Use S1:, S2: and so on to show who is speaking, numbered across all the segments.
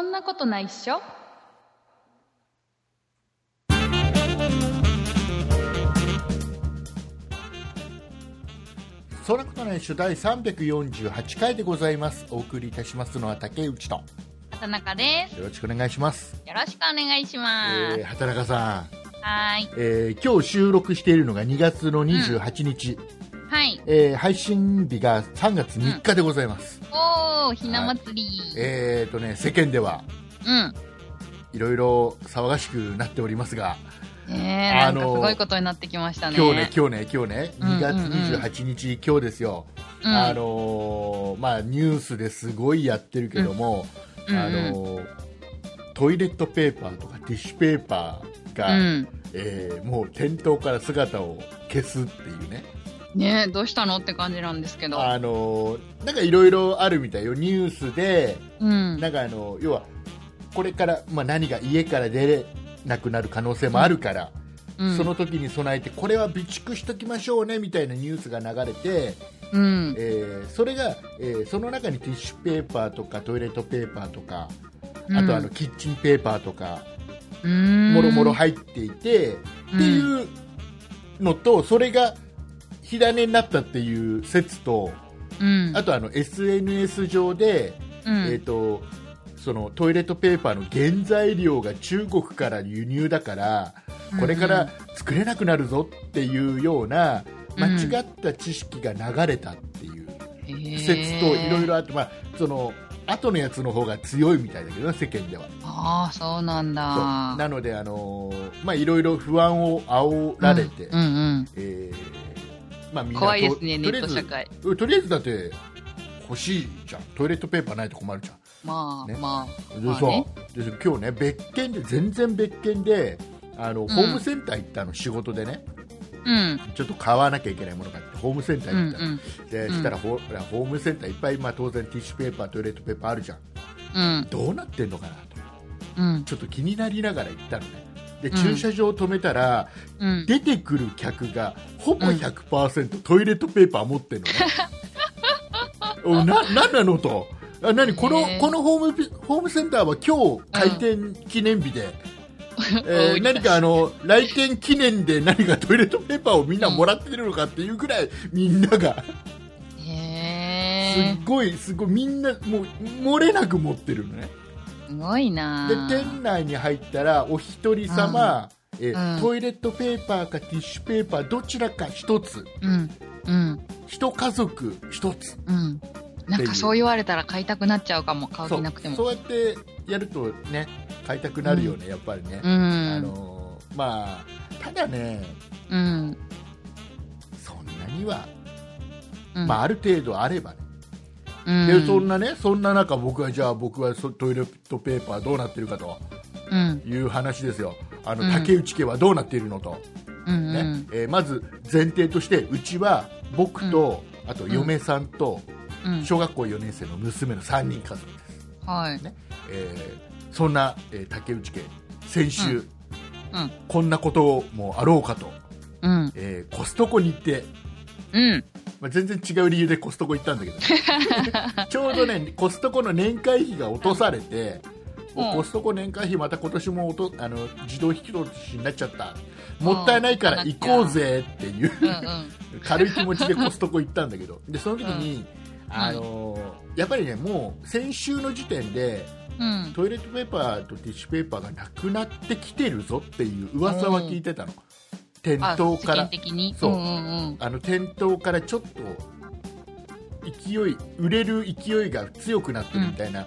S1: んなことないっしょ
S2: そんなことないっしょ第348回でございますお送りいたしますのは竹内と
S1: 畑中です
S2: よろしくお願いします、
S1: よろしくお願いします、
S2: えー、畑中さん、
S1: はーい
S2: えー、今日収録しているのが2月の28日、
S1: はい
S2: えー配信日が3月3日でございます、
S1: おーひな祭り、
S2: えーとね世間では
S1: うん
S2: いろいろ騒がしくなっておりますが、
S1: ねえな
S2: あ
S1: ん
S2: の
S1: かすごいことになってきましたね
S2: 今日ね、今日ね、今日ね、
S1: うんうんうん
S2: 2月28日、今日ですよ、
S1: うん
S2: あのーまあ、ニュースですごいやってるけども、
S1: うん
S2: あのートイレットペーパーとかティッシュペーパーが、
S1: うん
S2: えーもう店頭から姿を消すっていうね、
S1: ねえどうしたのって感じなんですけど
S2: あのーなんかいろいろあるみたいよ、ニュースで、
S1: うん
S2: なんかあの要は、これから、まあ、何が家から出れなくなる可能性もあるから。
S1: うん
S2: その時に備えてこれは備蓄しときましょうねみたいなニュースが流れて、
S1: うん
S2: えーそれが、えーその中にティッシュペーパーとかトイレットペーパーとか
S1: うん
S2: あとあのキッチンペーパーとか
S1: うん
S2: もろもろ入っていて、っていうのとそれが火種になったっていう説と
S1: うん
S2: あとあの SNS 上で、
S1: うん
S2: えー、とそのトイレットペーパーの原材料が中国から輸入だからこれから作れなくなるぞっていうような
S1: うん
S2: 間違った知識が流れたっていう説
S1: 説
S2: といろいろあって、まあ、その後のやつの方が強いみたいだけどな世間では
S1: ああそうなんだ
S2: そうなのであのーまあいろいろ不安を煽られて、
S1: うんうん
S2: えーまあ、みんなと
S1: 怖いですねネ
S2: と
S1: ッ
S2: りあえ
S1: ト
S2: ず
S1: 社会
S2: うんとりあえずだって欲しいじゃんトイレットペーパーないと困るじゃん
S1: まあ、
S2: ね
S1: まあ、
S2: で
S1: まあ
S2: さ
S1: ね、
S2: で今日ね別件で全然別件であの、
S1: ん
S2: ホームセンター行ったの仕事でね
S1: うん
S2: ちょっと買わなきゃいけないものがあってホームセンター
S1: うん
S2: に行っ
S1: う
S2: たの、
S1: ん
S2: で
S1: うん
S2: したらホ,、ホームセンターいっぱい、まあ、当然ティッシュペーパートイレットペーパーあるじゃん
S1: うん
S2: どうなってんのかなと
S1: うん
S2: ちょっと気になりながら行ったのねで
S1: うん
S2: 駐車場止めたら、
S1: うん
S2: 出てくる客がほぼ100%トイレットペーパー持って んのね、おななんなのとあ何この
S1: ねえ
S2: このホームピホームセンターは今日開店記念日で、
S1: 大
S2: えー
S1: いに
S2: 何かあの来店記念で何かトイレットペーパーをみんなもらってるのかっていうぐらいみんながす
S1: へえ
S2: っごいすごいみんなもう漏れなく持ってるのね
S1: すごいな
S2: で店内に入ったらお一人様、えー
S1: うん
S2: トイレットペーパーかティッシュペーパーどちらか一つ
S1: うんうん
S2: 一家族一つ
S1: うんなんかそう言われたら買いたくなっちゃうかも買う
S2: そ
S1: 気
S2: う
S1: なくても
S2: そうやってやるとね買いたくなるよね、やっぱりね、
S1: う
S2: あ
S1: ん
S2: のーまあただね
S1: うん
S2: そんなには、
S1: うん
S2: まあ、ある程度あればね、
S1: うん
S2: でそんなねそんな中僕はじゃあ僕はそトイレットペーパーどうなってるかと
S1: うん
S2: いう話ですよあの、
S1: うん
S2: 竹内家はどうなっているのと、
S1: うん
S2: ね
S1: うん
S2: えーまず前提としてうちは僕と、あと嫁さんと
S1: うん
S2: 小学校4年生の娘の3人家族です、
S1: はい
S2: えーそんな、えー竹内家先週、
S1: うんうん
S2: こんなこともあろうかと、
S1: うん
S2: えーコストコに行って、
S1: うん
S2: まあ、全然違う理由でコストコ行ったんだ けどちょうどねコストコの年会費が落とされて、
S1: うん
S2: コストコ年会費また今年もおとあの自動引き落としになっちゃったもったいないから行こうぜっていう
S1: うんうん
S2: 軽い気持ちでコストコ行ったんだけどでその時に、
S1: ん
S2: あのーやっぱりねもう先週の時点で
S1: うん
S2: トイレットペーパーとティッシュペーパーがなくなってきてるぞっていう噂は聞いてたの、店
S1: あ
S2: 頭
S1: 世
S2: か
S1: 間
S2: ら
S1: 的に
S2: そうん
S1: うん
S2: あの店頭からちょっと勢い売れる勢いが強くなってるみたいな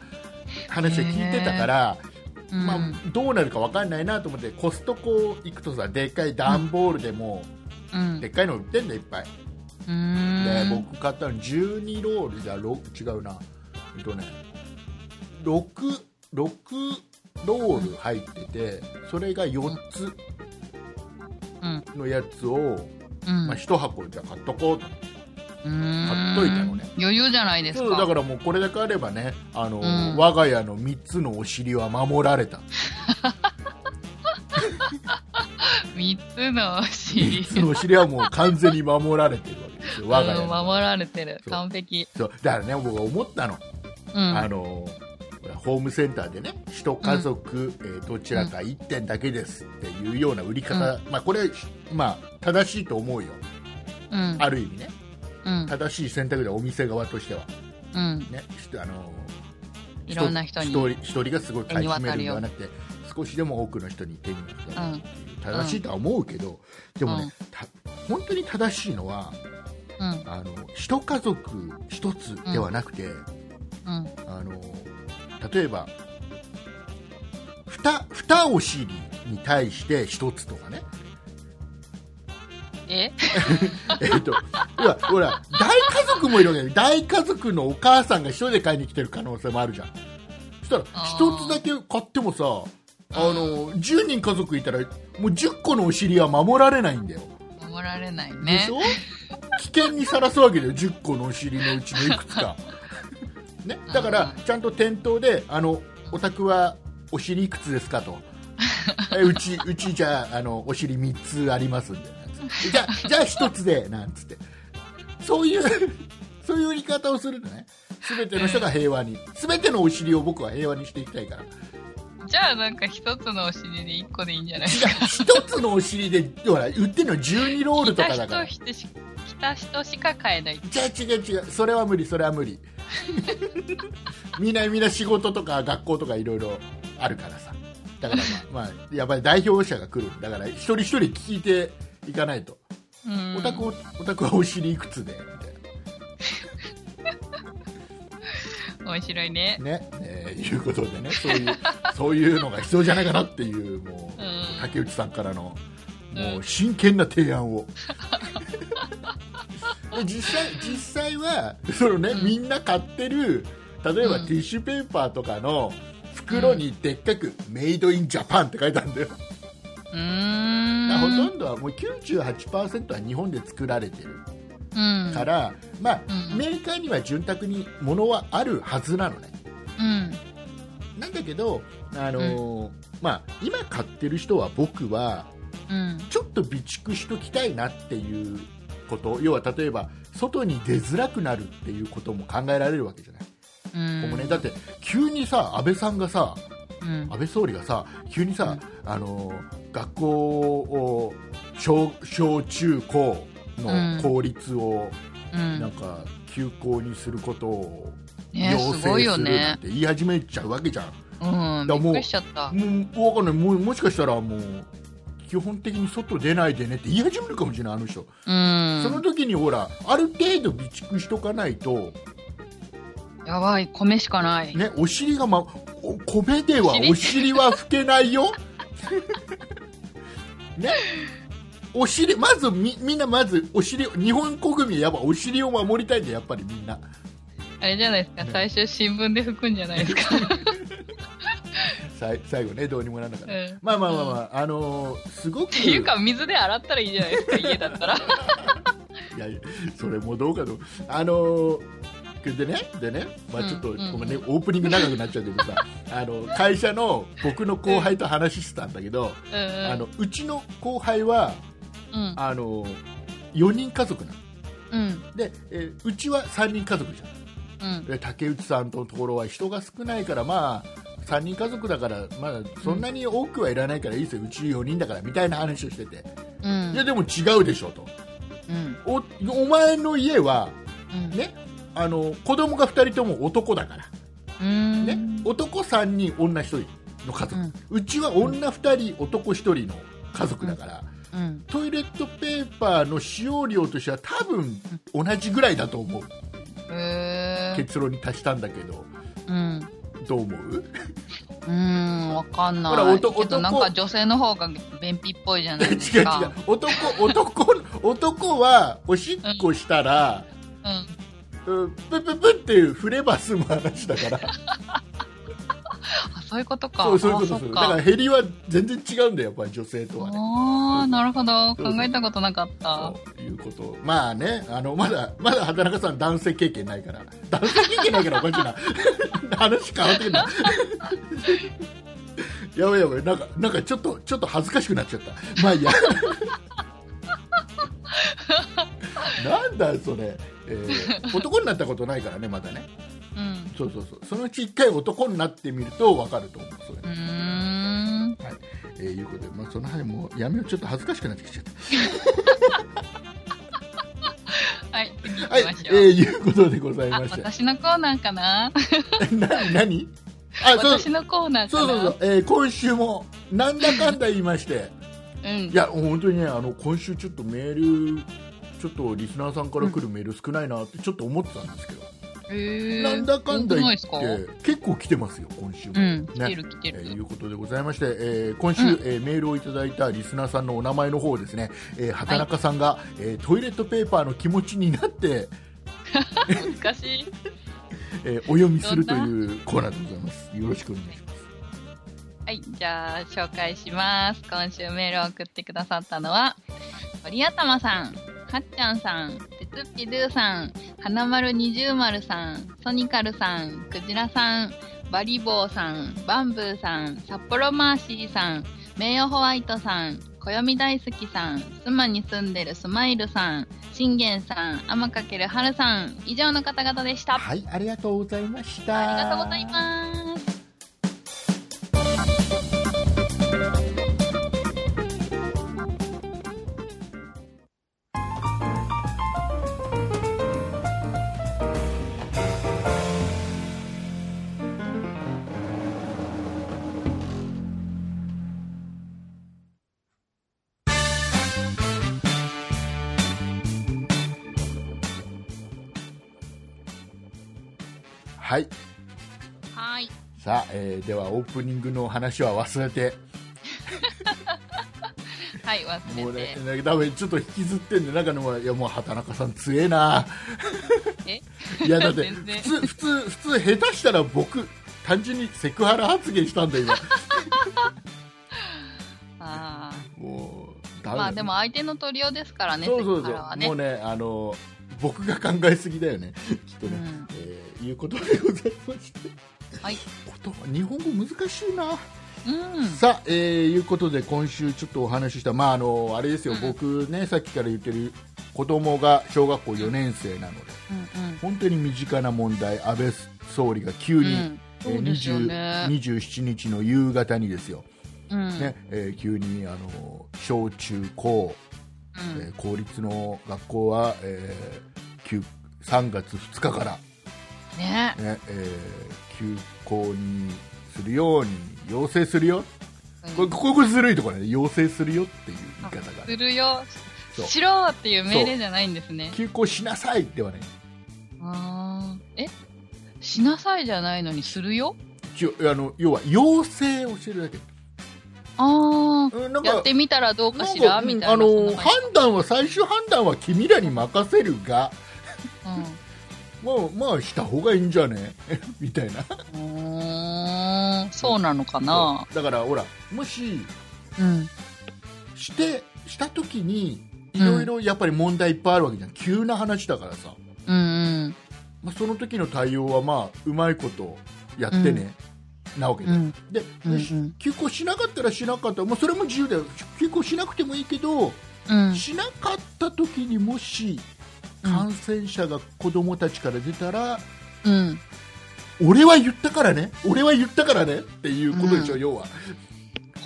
S2: 話を聞いてたから、
S1: うん
S2: ま
S1: う
S2: あ
S1: ん、
S2: どうなるか分かんないなと思ってコストコ行くとさでっかい段ボールでも、
S1: うん
S2: でっかいの売ってんだよいっぱい、
S1: うーん
S2: で僕買ったの12ロールじゃろ違うな、えっとね、6, 6ロール入っててそれが4つ
S1: うん
S2: のやつを、
S1: うん
S2: まあ、1箱じゃあ買っとこうと
S1: 買
S2: っといたのね
S1: 余裕じゃないです
S2: そう
S1: か
S2: だからもうこれだけあればねあの、
S1: うん
S2: 我が家の3つのお尻は守られた
S1: 三つのお尻
S2: 3つのお尻はもう完全に守られてるわけですよ我が
S1: う
S2: 家
S1: ん
S2: の、
S1: 守られてる
S2: そう
S1: 完璧
S2: そうだからね僕は思ったの,、
S1: うん
S2: あのほらホームセンターでね1家族、えーどちらか1点だけですっていうような売り方、まあ、これ、まあ、正しいと思うよ
S1: うん
S2: ある意味ね
S1: うん
S2: 正しい選択でお店側としては、
S1: うん
S2: ね、しあの
S1: いろんな人に
S2: 一人一人がすごい買い占めるんではなくて少しでも多くの人に手に渡るっていう、正しいとは思うけどでもね、
S1: うん
S2: た本当に正しいのは
S1: うん
S2: あの一家族一つではなくて、
S1: うん
S2: あの例えば二二お尻に対して一つと かね、
S1: え
S2: えっと、ほらほら大家族もいるわけだよ大家族のお母さんが一人で買いに来てる可能性もあるじゃんそしたら
S1: あー
S2: 一つだけ買ってもさあの10人家族いたらもう10個のお尻は守られないんだよ、
S1: 守られない
S2: で
S1: ね
S2: しょ危険にさらすわけだよ10個のお尻のうちのいくつか、ね、だからちゃんと店頭であのお宅はお尻いくつですかとえうちうちじゃああのお尻3つありますんでなんつってじゃあじゃあ1つでなんつってそういうそういう売り方をするとね全ての人が平和に全てのお尻を僕は平和にしていきたいから
S1: じゃあなんか一つのお尻で一個でいいんじゃない
S2: 違う1つのお尻でほら売ってるの12ロールとかだから
S1: 来た人し来た人しか買えない
S2: 違う違う違うそれは無理それは無理 みんなみんな仕事とか学校とかいろいろあるからさだからまあ、まあ、やっぱり代表者が来るだから一人一人聞いていかないと、
S1: うん
S2: お宅お宅はお尻いくつでみたい
S1: 面白いね
S2: なね、えーいうことでねそ ういうそういうのが必要じゃないかなっていうもう、
S1: うん
S2: 竹内さんからのも
S1: う
S2: うん真剣な提 案をで実際実際はその、ね
S1: うん
S2: みんな買ってる例えば
S1: うん
S2: ティッシュペーパーとかの袋にでっかく「メイドインジャパン」って書いてあるんだよ、
S1: うーん
S2: だからほとんどはもう98%は日本で作られてる
S1: うん
S2: から、まあ、
S1: うん
S2: メーカーには潤沢に物はあるはずなのね
S1: うん
S2: なんだけど、あのーまあ、今買ってる人は僕は
S1: うん
S2: ちょっと備蓄しときたいなっていうこと要は例えば外に出づらくなるっていうことも考えられるわけじゃない、
S1: うん
S2: ここね、だって急にさ安倍さんがさ
S1: うん
S2: 安倍総理がさ急にさ、あのー学校を小小中高の公立を
S1: う
S2: なん
S1: ん
S2: か休校にすることを
S1: ね
S2: 要請
S1: す
S2: す
S1: ごい
S2: る
S1: よ
S2: なん
S1: ね
S2: て言い始めちゃうわけじゃん。
S1: うん
S2: だ
S1: びっ
S2: からもう
S1: くりしちゃった
S2: もう分かんないもうもしかしたらもう基本的に外出ないでねって言い始めるかもしれないあの人、
S1: うん
S2: その時にほらある程度備蓄しとかないと、
S1: やばい米しかない
S2: ね、お尻が、ま、お米では
S1: お尻
S2: お尻は拭けな いよねお尻まずみみんなまずお尻日本国民はやっぱお尻を守りたいんだよやっぱりみんな
S1: あれじゃないですか
S2: ね
S1: 最初新聞で吹くんじゃないですか
S2: さい最後ねどうにもならなかった、
S1: うん
S2: まあまあまあまあ、あのーすごく
S1: っていうか水で洗ったらいいじゃないですか家だったら
S2: いやいやそれもどうかとあのーでねでね、まあ、ちょっと、
S1: うんうん
S2: ごめんねオープニング長くなっちゃうけどさ あの会社の僕の後輩と話してたんだけど、
S1: うんうん
S2: あの うちの後輩は
S1: うん
S2: あの4人家族なの
S1: うん
S2: で、えーうちは3人家族じゃん
S1: うん
S2: で竹内さんのところは人が少ないからまあ3人家族だから、まあ、そんなに多くはいらないからいいですよ、うち4人だからみたいな話をしてて、
S1: う
S2: い
S1: ん
S2: やでも違うでしょと
S1: うん
S2: おお前の家は
S1: うん
S2: ね、あの子供が2人とも男だから、
S1: うん
S2: ね男3人、女1人の家族、う
S1: うん
S2: ちは女2人、男1人の家族だから、
S1: うん
S2: トイレットペーパーの使用量としては多分同じぐらいだと思う、
S1: へえ
S2: 結論に達したんだけど、
S1: うん
S2: どう思う
S1: うーん、わかんな
S2: ほら
S1: い。け
S2: 男
S1: どなんか女性の方が便秘っぽいじゃない
S2: 違う
S1: で
S2: 違う
S1: すか。
S2: 男男男はおしっこしたら、
S1: うん。
S2: うん、プププって振れば済む話だから。
S1: あ、そういうことか。
S2: そうそういうこと
S1: あ
S2: す
S1: そっ
S2: る。だ
S1: か
S2: から減りは全然違うんだよ、やっぱり女性とはね。
S1: ああ、なるほど。
S2: そうそう
S1: 考えたことなかった。
S2: ということまあねあのまだまだ畑中さん男性経験ないから男性経験ないからおかしいな話変わってんなやばいやばいなんかなんかちょっとちょっと恥ずかしくなっちゃったまあいいやなんだそれ、えー男になったことないからねまだね
S1: うん
S2: そうそうそうそのうち一回男になってみると分かると思うそ
S1: うー
S2: れ、
S1: ん
S2: えーいうことで、まあ、その話もうやめようちょっと恥ずかしくなってきちゃった
S1: はい次行
S2: はい
S1: きましょう、
S2: えーいうことでござい
S1: あ
S2: まして
S1: 私のコーナーかな
S2: 何何あそう
S1: 私のコーナーか
S2: そ
S1: な
S2: うそうそう、えー今週もなんだかんだ言いまして
S1: うん
S2: いや本当にねあの今週ちょっとメールちょっとリスナーさんから来るメール少ないなってちょっと思ってたんですけど、
S1: えー
S2: なんだかんだ言
S1: 多く
S2: っ
S1: ないですか
S2: て結構来てますよ今週も、
S1: うん来て
S2: ね
S1: る来て
S2: えーい
S1: る
S2: うことでございまして、えー今週、
S1: うん
S2: えーメールをいただいたリスナーさんのお名前の方をですね、えー畑中さんが、えートイレットペーパーの気持ちになって、
S1: 難しい
S2: えーお読みするというコーナーでございますよろしくお願いします
S1: はい、じゃあ紹介します。今週メールを送ってくださったのは、鳥頭さん、はっちゃんさん、てつっぴどゥさん、花丸二重丸さん、ソニカルさん、クジラさん、バリボーさん、バンブーさん、札幌マーシーさん、名誉ホワイトさん、暦大好きさん、妻に住んでるスマイルさん、信玄さん、天るはるさん、以上の方々でした。あ
S2: はいありがとうございました
S1: りがとうございます。
S2: はい
S1: はい。
S2: さあ、えーではオープニングの話は忘れて
S1: はい、忘れて。
S2: もうねダメちょっと引きずってんでなんかねもういやもう畑中さん強えな
S1: え
S2: いやだって
S1: 全然
S2: 普通普通普通下手したら僕単純にセクハラ発言したんだ今
S1: ああ。
S2: もうダメだ
S1: まあでも相手のトリオですからね、
S2: そうそう
S1: セ
S2: そ
S1: クハラは
S2: う、
S1: ね
S2: もう。ねあの僕が考えすぎだよねきっとね、
S1: うん
S2: えーいうことでございまして
S1: はい。
S2: 言葉日本語難しいな
S1: うん。
S2: さあ、えーいうことで今週ちょっとお話しした、まあ、あのあれですよ、
S1: うん
S2: 僕ね、さっきから言ってる子供が小学校4年生なので、本当に身近な問題、安倍総理が急
S1: うんうん。
S2: に、え
S1: そ
S2: ー
S1: うですよ
S2: 20
S1: ね。
S2: 27日の夕方にですよ、
S1: うん。
S2: ねえー急にあの小中高、
S1: うん
S2: えー公立の学校は、えー休3月2日から、
S1: ね。
S2: ねえー休校にするように要請するよこれ、こここれずるいところね、要請するよっていう言い方があ
S1: す
S2: る。
S1: るよ
S2: そう。
S1: しろっていう命令じゃないんですね。
S2: 休校しなさいではね、
S1: ああ。えしなさいじゃないのにするよ
S2: 一応あの要は要請をしてるだけ。
S1: あ
S2: うんな
S1: あ。やってみたらどうかしら
S2: んか
S1: みた
S2: あ
S1: いな。そん
S2: の
S1: な
S2: 判
S1: 感
S2: 断は最終判断は君らに任せるが、
S1: じ
S2: まあまあした方がいいんじゃね みたいな。
S1: うん。うーんそうなのかな
S2: だからほらもし
S1: うん。
S2: してした時にいろいろやっぱり問題いっぱいあるわけじゃん。急な話だからさ、
S1: うんうん。
S2: まあその時の対応はまあうまいことやってね、なわけ
S1: う
S2: で。
S1: ん。
S2: で、
S1: うんうん
S2: 休校しなかったらしなかった、まあ、それも自由だよ休校しなくてもいいけど、
S1: うん。
S2: しなかった時にもし感染者が子供たちから出たら、
S1: うん。
S2: 俺は言ったからね俺は言ったからねっていうことでしょ、
S1: う
S2: 要は、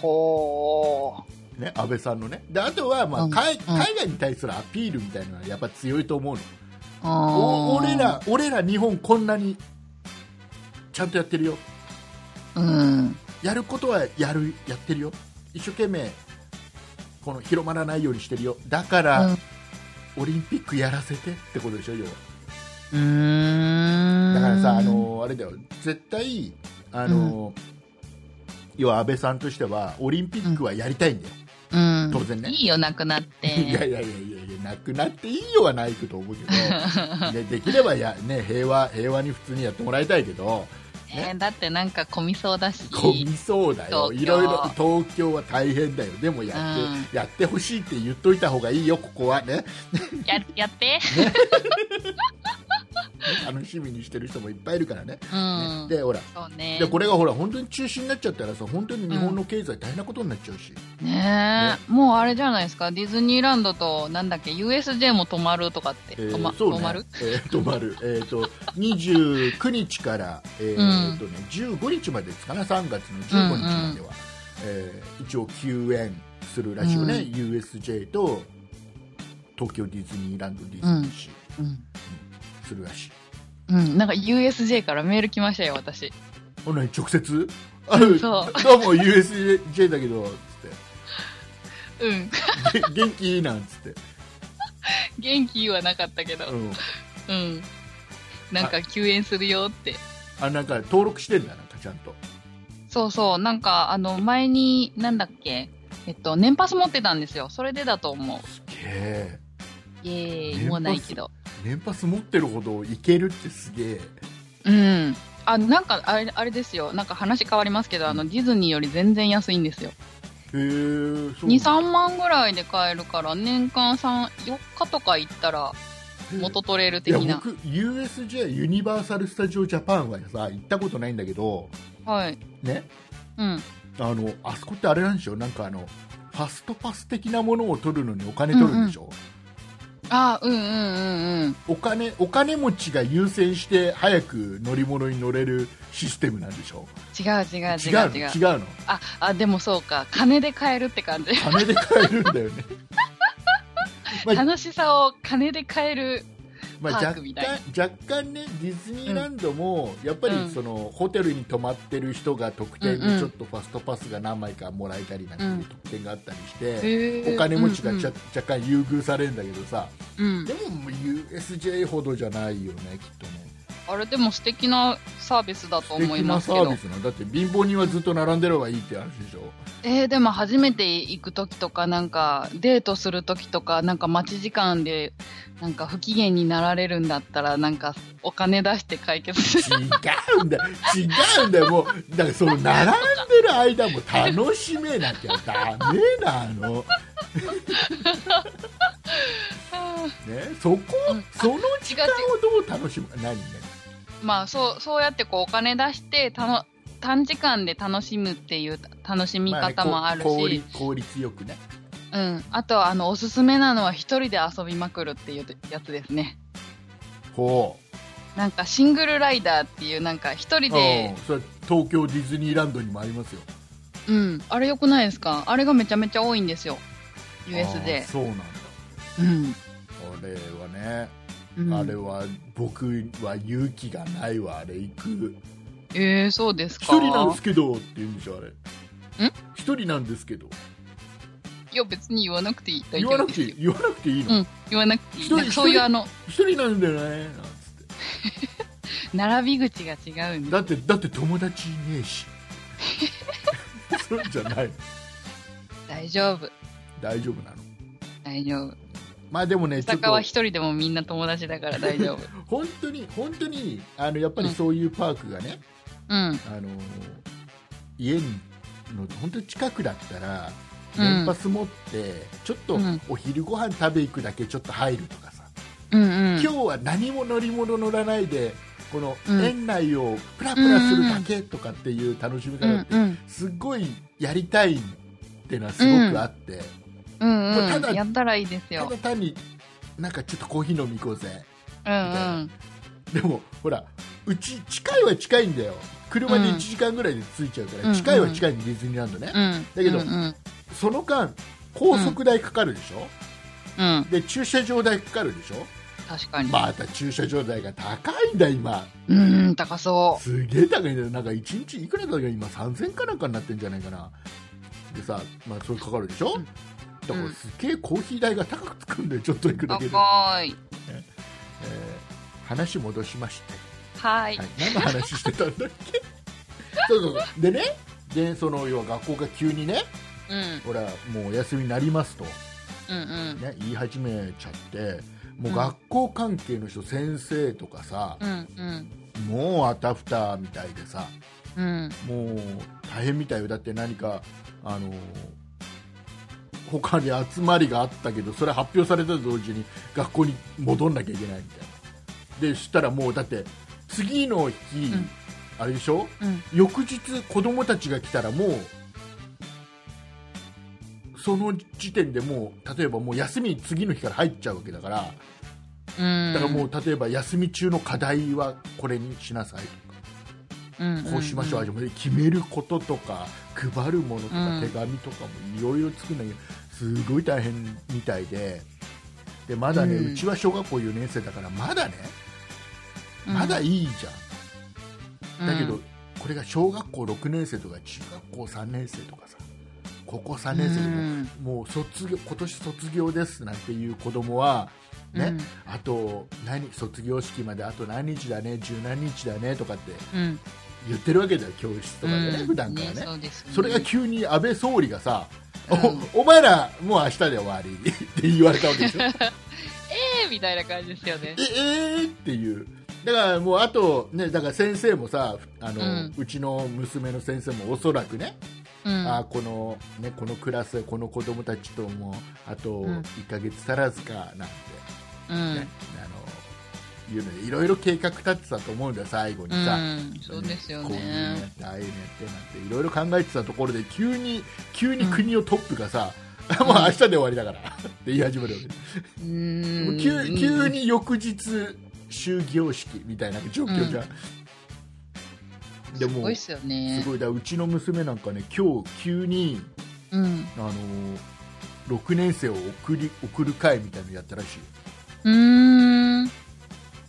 S1: ほー。
S2: ね、安倍さんのねであとは、まあ
S1: うん
S2: 海
S1: うん
S2: 海外に対するアピールみたいなのはやっぱ強いと思うの、お
S1: あー
S2: 俺ら俺ら日本こんなにちゃんとやってるよ
S1: うん
S2: やることはやるやってるよ一生懸命この広まらないようにしてるよだから、
S1: うん
S2: オリンピックやらせてってことでしょ要は
S1: うーん
S2: だからさあのあれだよ絶対あの、要は安倍さんとしてはオリンピックはやりたいんだよ、
S1: うん、
S2: 当然ね
S1: いいよなくなっ
S2: いや
S1: て
S2: いやいやいやいやなくなっていいよはないと思うけどでできればや、ね、平和平和に普通にやってもらいたいけど
S1: えーだってなんか混みそうだし
S2: 混みそうだよ
S1: 東京
S2: いろいろ東京は大変だよでもやって、
S1: うん
S2: やってほしいって言っといた方がいいよここはね
S1: ややって
S2: あ楽しみにしてる人もいっぱいいるからね。
S1: うん。
S2: ねでほら
S1: そうね
S2: で。これがほら本当に中止になっちゃったらさ本当に日本の経済大変なことになっちゃうし、
S1: ねえ、もうあれじゃないですか、ディズニーランドと、なんだっけ、USJ も止まるとかって、
S2: えー
S1: 止ま
S2: そうね
S1: 止まる
S2: えー止まる、えー、と29日から、えー
S1: うん
S2: とね、15日までですかな3月の15日までは、えー一応休園するらしいよね、
S1: う
S2: USJ と東京ディズニーランドディズニーシ
S1: うん。
S2: ーするらしい、
S1: うん、なんか USJ からメール来ましたよ、私。
S2: ほんなら直接 あど
S1: そう
S2: どうも USJ だけどつ
S1: うん。
S2: ってげ元気いいなんつって、
S1: 元気はなかったけど
S2: う、ん、
S1: うん。なんか休園するよって。
S2: あなんか登録してんだなんかちゃんと
S1: そうそう、なんか、あの、前に、なんだっけ、えっと、年パス持ってたんですよ。それでだと思う。
S2: すげえ
S1: イエーイ、
S2: 年パス
S1: もうないけど。
S2: 年パス持ってるほどいけるってすげえ
S1: うん。あ、なんか、あれ、あれですよ。なんか話変わりますけど、あの、ディズニーより全然安いんですよ。
S2: へえそう
S1: 2、3万ぐらいで買えるから、年間3、4日とか行ったら、元取れる
S2: い
S1: 的
S2: や
S1: な。
S2: 僕 USJ ユニバーサル・スタジオ・ジャパンはさ行ったことないんだけど
S1: はい。
S2: ね
S1: うん。
S2: あのあそこってあれなんでしょなんかあのファストパス的なものを取るのにお金取るんでしょ、
S1: あうんうんうんうん。
S2: お金お金持ちが優先して早く乗り物に乗れるシステムなんでしょ
S1: 違う違う違
S2: 違う
S1: う違う。
S2: の違うの
S1: あ、あ、でもそうか。金で買えるって感じ。
S2: 金で買えるんだよねまあ
S1: 楽しさを金で買える。
S2: まあ、
S1: パー
S2: 若
S1: ク
S2: 干
S1: みたいな
S2: 若干ねディズニーランドもやっぱり
S1: うん
S2: その、ホテルに泊まってる人が特典
S1: うんう
S2: で
S1: ん
S2: ちょっとファストパスが何枚かもらえたりなんて
S1: う
S2: い
S1: ん
S2: う特典があったりして、
S1: お
S2: お金持ちがちゃ、
S1: うん
S2: 若干優遇されるんだけどさ
S1: うん、うん
S2: でももう USJ ほどじゃないよねきっとね
S1: あれでも素敵なサービスだと
S2: 素
S1: 思い
S2: 敵
S1: ま
S2: な
S1: す
S2: サ
S1: け
S2: ー
S1: ど
S2: ビスなのだって貧乏人はずっと並んでればいいって話でしょ
S1: えー、でも初めて行く時とかなんかデートする時とかなんか待ち時間でなんか不機嫌になられるんだったらなんかお金出して解決する
S2: 違うんだよ違うんだよもうだからその並んでる間も楽しめなきゃダメなのね、そこ、
S1: うん
S2: その時間をどう楽しむか、何ね。
S1: まあそうそうやってこうお金出してたの短時間で楽しむっていう楽しみ方もあるし、
S2: まねこ効率効率よくね。
S1: うん、あとはあのおすすめなのは一人で遊びまくるっていうやつですね
S2: ほ
S1: なんかシングルライダーっていうなんか一
S2: う。
S1: 人で、
S2: うんそれ東京ディズニーランドにもありますよ。
S1: うん、あれ良くないですかあれがめちゃめちゃ多いんですよ
S2: あ
S1: USJ
S2: ーそうなんだ。
S1: うん、
S2: あれはね、
S1: うん、
S2: あれは僕は勇気がないわ、あれ行く。
S1: えー、そうですか
S2: 一人なんですけどって言うんでしょ、あれ。一人なんですけど。
S1: いや別に言わなくていい大
S2: 言
S1: 丈
S2: わ
S1: 夫
S2: な
S1: で
S2: く
S1: す
S2: てい
S1: よ
S2: い、言わなくていいうの。
S1: ん言わなくていい
S2: 一人
S1: なんかそういう
S2: 一人
S1: あの
S2: 一人なんだよね、なんつって。
S1: 並び口が違うんで
S2: だって、だって友達いねえ し。そうじゃない。
S1: 大丈夫
S2: 大丈夫なの
S1: 大丈夫
S2: まあでもねちょっ
S1: 坂は
S2: と
S1: 一人でもみんな友達だから大 丈夫
S2: 本当に本当にあのやっぱ
S1: う
S2: り
S1: ん
S2: そういうパークがね、
S1: うん
S2: あの家の本当に近くだったら
S1: うん
S2: 年パス持ってちょっと
S1: うん
S2: お昼ご飯食べ行くだけちょっと入るとかさ、
S1: うんうん
S2: 今日は何も乗り物乗らないでこの
S1: うん
S2: 園内をプラプラするだけとかっていう楽しみ
S1: う
S2: 方
S1: ん
S2: って
S1: うん
S2: すっごいやりたいっていうのはすごくあって、
S1: うん
S2: もうた
S1: う
S2: だ
S1: んやったらいいです
S2: た
S1: よ
S2: だ単になんかちょっとコーヒー飲み行こうぜ
S1: うんうん
S2: でもほらうち近いは近いんだよ車で
S1: うん
S2: 1時間ぐらいで着いちゃうから、
S1: うん
S2: 近いは近いんでディズニーランドね、
S1: うん
S2: だけど
S1: うんうん
S2: その間高速代かかるでしょ、
S1: うん
S2: で駐車場代かかるでしょ
S1: 確かに
S2: また駐車場代が高いんだ今
S1: うん高そう
S2: すげえ高いんだよなんか1日いくらだか今3000かなんかになってんじゃないかなでさ、まあ、それかかるでしょ、
S1: うん
S2: だからすげえコーヒー代が高くつくんだよちょっと行くだけで、
S1: 高い
S2: えー話戻しまして
S1: はい
S2: はい、何の話してたんだっけ そうそうそうでねでその要は学校が急にね
S1: うん
S2: ほらもうお休みになりますと、
S1: うんうん
S2: ね、言い始めちゃってもううん学校関係の人、先生とかさ
S1: うんうん
S2: もうあたふたみたいでさ
S1: うん
S2: もう大変みたいよだって何かあの他に集まりがあったけどそれ発表されたと同時に学校に戻んなきゃいけないみたいなでしたらもうだって次の日、
S1: ん
S2: あれでしょ
S1: うん
S2: 翌日子供たちが来たらもうその時点でもう例えばもう休みに次の日から入っちゃうわけだから
S1: うん
S2: だからもう例えば休み中の課題はこれにしなさいとか
S1: うん
S2: こうしましょう、ああしましょう決めることとか配るものとか、
S1: うん
S2: 手紙とかもいろいろ作るんだけどすごい大変みたいででまだね、う
S1: うん
S2: ちは小学校4年生だからまだね
S1: うん
S2: まだいいじ
S1: う
S2: ゃん、
S1: ん
S2: だけど、これが小学校6年生とか中学校3年生とかさ高校3年生でも,、もう卒業今年卒業ですなんていう子供はね、
S1: うん
S2: あと何卒業式まであと何日だね十何日だねとかって
S1: うんうん
S2: 言ってるわけだよ教室とかでね、
S1: うん
S2: 普段からね
S1: そうですよね
S2: それが急に安倍総理がさ、
S1: うん
S2: おお前らもう明日で終わり って言われたわけ でしょえ
S1: えーみたいな感じですよね
S2: えーっていうだからもうあとねだから先生もさあの、う
S1: うん
S2: ちの娘の先生もおそらくね、
S1: うん
S2: あーこのねこのクラスこの子供たちともあと
S1: うん
S2: 1ヶ月足らずかなんて、ね
S1: うん
S2: あのいうのでいろいろ計画立ってたと思うんだよ最後にさ、
S1: うんそうですよ
S2: こういうのや
S1: ね
S2: ってああいうのやってなんていろいろ考えてたところで急に急に国のトップがさ、 もう明日で終わりだからって言い始めるわけ、
S1: う
S2: もうん急急に翌日終業式みたいな状況じゃん、でも
S1: すごいっすよね
S2: すごいだからうちの娘なんかね今日急に
S1: うん
S2: あの6年生を送り送る会みたいなのやったらしいう
S1: ーん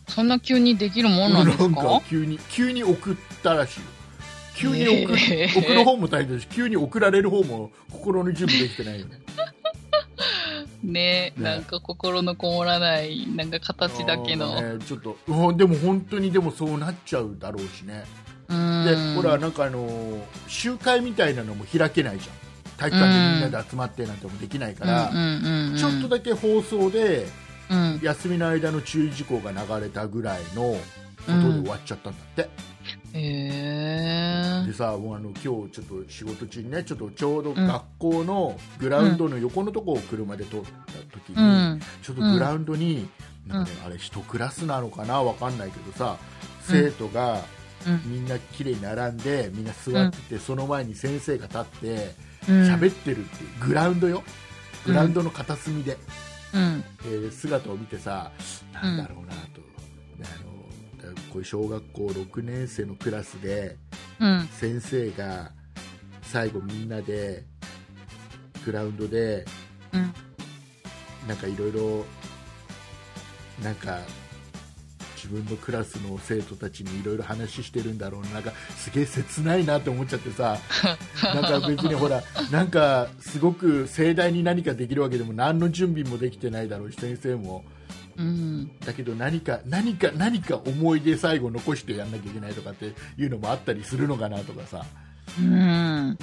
S1: そんな急にできるもんなんですか
S2: か急に急に送ったらしい急に送,、
S1: えー
S2: 送る方も大変だし急に送られる方も心の準備できてない よね
S1: ね
S2: ね
S1: なんか心のこもらないなんか形だけの、
S2: あーねちょっとうんでも本当にでもそうなっちゃうだろうしね
S1: う
S2: で
S1: ん
S2: ほらなんかあのー集会みたいなのも開けないじゃん体育館でみんなで集まってなんてもできないから、
S1: うんうんうんうん、
S2: ちょっとだけ放送で
S1: うん、
S2: 休みの間の注意事項が流れたぐらいのことで終わっちゃったんだって、
S1: へ
S2: でさもうあの今日ちょっと仕事中にねちょっとちょうど学校のグラウンドの横のとこを車で通った時に、
S1: えうん
S2: ちょっとグラウンドに、なんかね、あれ一クラスなのかなわかんないけどさ生徒が
S1: うん
S2: みんな綺麗に並んでみんな座ってて、その前に先生が立って
S1: うん
S2: 喋ってるっていうグラウンドよグラウンドの片隅で、
S1: うん
S2: えー姿を見てさなんだろうなと、であのこういう小学校6年生のクラスで
S1: うん
S2: 先生が最後みんなでグラウンドで
S1: うん
S2: なんかいろいろなんか自分のクラスの生徒たちにいろいろ話してるんだろうななんかすげえ切ないなって思っちゃってさなんか別にほらなんかすごく盛大に何かできるわけでも何の準備もできてないだろうし先生も
S1: うん
S2: だけど何か何か何か思い出最後残してやんなきゃいけないとかっていうのもあったりするのかなとかさ
S1: うん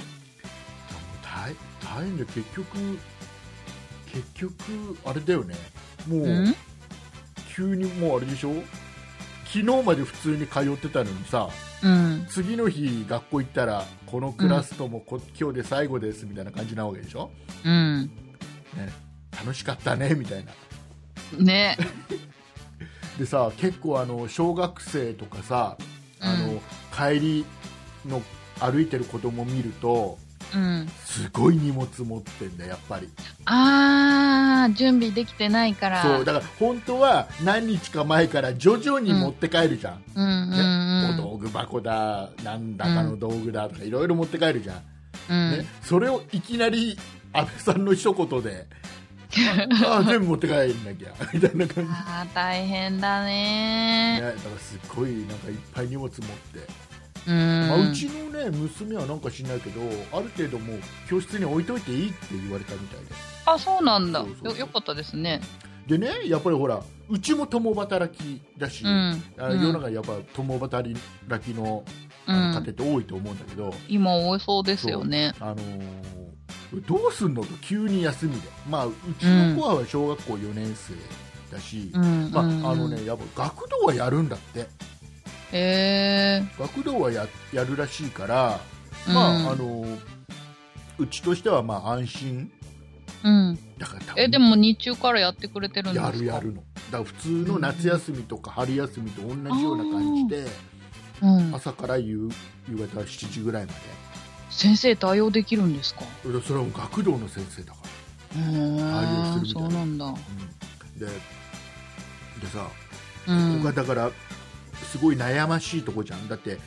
S2: 大大変で結局結局あれだよねもう、
S1: うん
S2: 急にもうあれでしょ昨日まで普通に通ってたのにさ
S1: うん
S2: 次の日学校行ったらこのクラスともこ、今日で最後ですみたいな感じなわけでしょ、
S1: うん
S2: ね、楽しかったねみたいな
S1: ね
S2: でさ結構あの小学生とかさあ
S1: う
S2: の、帰りの歩いてる子供見ると
S1: うん
S2: すごい荷物持ってんだやっぱり
S1: あー準備できてないから
S2: そうだから本当は何日か前から徐々に持って帰るじゃん、
S1: うんうん
S2: ねお
S1: うん
S2: 道具箱だなんだかの道具だとかいろいろ持って帰るじゃん、
S1: うん
S2: ね、それをいきなり安倍さんの一言でああ全部持って帰らなきゃ みたいな感じ、ね、
S1: あー大変だ
S2: だ
S1: ね
S2: からすっごいなんかいっぱい荷物持って、
S1: うん、
S2: まあ、うちのね娘はなんか知んないけどある程度もう教室に置いといていいって言われたみたい
S1: あそうなんだ
S2: そうそうそう
S1: よよかったですね
S2: ででねやっぱりほらうちも共働きだし、
S1: うん
S2: あ世の中やっぱ共働きの
S1: う
S2: あの家庭
S1: ん
S2: っ、て多いと思うんだけど、
S1: 今多いそうですよね
S2: あのーどうすんのと急に休みで、まあ、うちの子は小学校4年生だし、
S1: うん
S2: まあ
S1: うん
S2: あのね、やっぱ学童はやるんだって
S1: へえ
S2: 学童はややるらしいから、
S1: うん
S2: まああのーうちとしてはまあ安心
S1: うん
S2: だから多分
S1: えでも日中からやってくれてるんです
S2: や
S1: か
S2: るやるのだから普通の夏休みとか春休みと同じような感じで、
S1: うん、
S2: 朝から夕夕方7時ぐらいま
S1: 先生対応できるんですか
S2: ででそれはもう学童の先生だから、
S1: うー
S2: 応
S1: ん
S2: するみたいな
S1: そうなんだ
S2: うん、ででさ、
S1: うん
S2: 僕はだからすごい悩ましいとこじゃんだって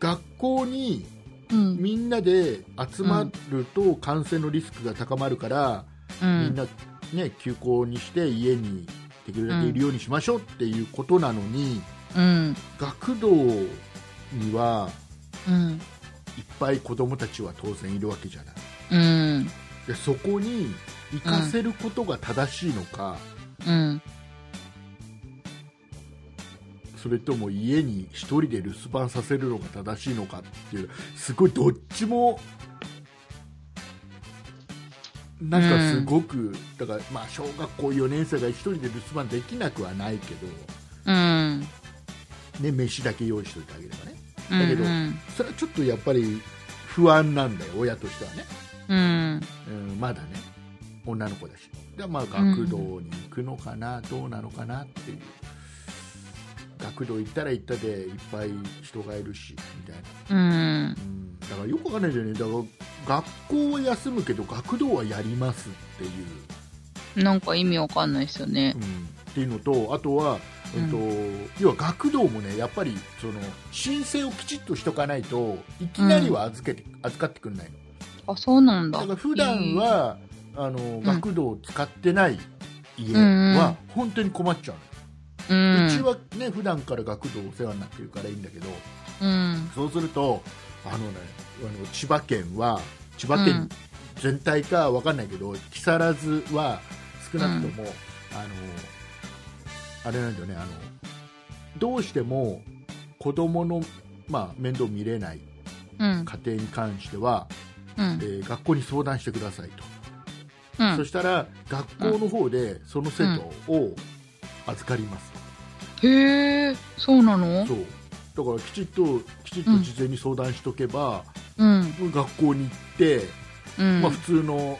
S2: 学校に
S1: うん
S2: みんなで集まると感染のリスクが高まるから、
S1: う
S2: みん
S1: ん
S2: な、ね、休校にして家にできるだけいるようにしましょうっていうことなのに、
S1: うん
S2: 学童には
S1: うん
S2: いっぱい子供たちは当然いるわけじゃない
S1: うん
S2: でそこに行かせることが正しいのか、
S1: うん
S2: それとも家に一人で留守番させるのが正しいのかっていうすごいどっちもなんかすごく、だからまあ小学校4年生が一人で留守番できなくはないけど、
S1: うん
S2: ね、飯だけ用意しておいてあげればね
S1: うん
S2: だけどそれはちょっとやっぱり不安なんだよ親としてはね、
S1: うん
S2: うん、まだね女の子だしでまあ学童に行くのかな、どうなのかなっていう学童行ったら行ったでいっぱい人がいるしみたいな、
S1: うん
S2: うん、だからよくわかんないんだよねだから学校は休むけど学童はやりますっていう、
S1: なんか意味わかんないですよね
S2: うん、っていうのとあとは、えっと
S1: う
S2: 要は学童もねやっぱりその申請をきちっとしとかないといきなりは預けて、預かってくれないの
S1: あそうなんだ
S2: だから普段は、あの学童を使ってない家
S1: うんうん
S2: は本当に困っちゃう
S1: う
S2: の、うんちはね普段から学童お世話になってるからいいんだけど
S1: うん
S2: そうするとあのねあの千葉県は千葉県全体かわかんないけど、木更津は少なくとも、あのあれなんだよねあのどうしても子供のまあ、面倒見れない
S1: うん
S2: 家庭に関しては、
S1: うん
S2: えー学校に相談してくださいと
S1: う
S2: そ
S1: ん
S2: したら学校の方でその生徒を預かります、
S1: へえそうなの
S2: そうだからきちっときちっと事前に相談しとけば、
S1: うん
S2: 学校に行って、
S1: うん
S2: まあ、普通の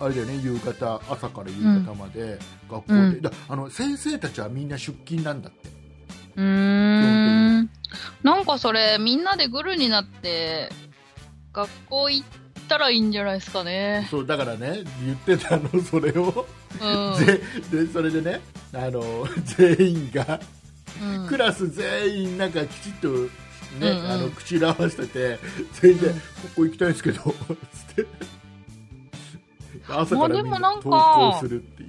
S2: あれだよね夕方朝から夕方まで学校で、
S1: うん
S2: だあの先生たちはみんな出勤なんだって
S1: うーんなんかそれみんなでグルになって学校行ったらいいんじゃないですかね。
S2: そうだからね言ってた のそれを、
S1: うん
S2: ぜでそれでねあの 全員が
S1: うん
S2: クラス全員なんかきちっと、ね
S1: うんうん
S2: あの口裏合わせて全員で、
S1: うん
S2: ここ行きたいんですけど つって朝からみん
S1: まあでも
S2: な
S1: なんか
S2: 登校するっていう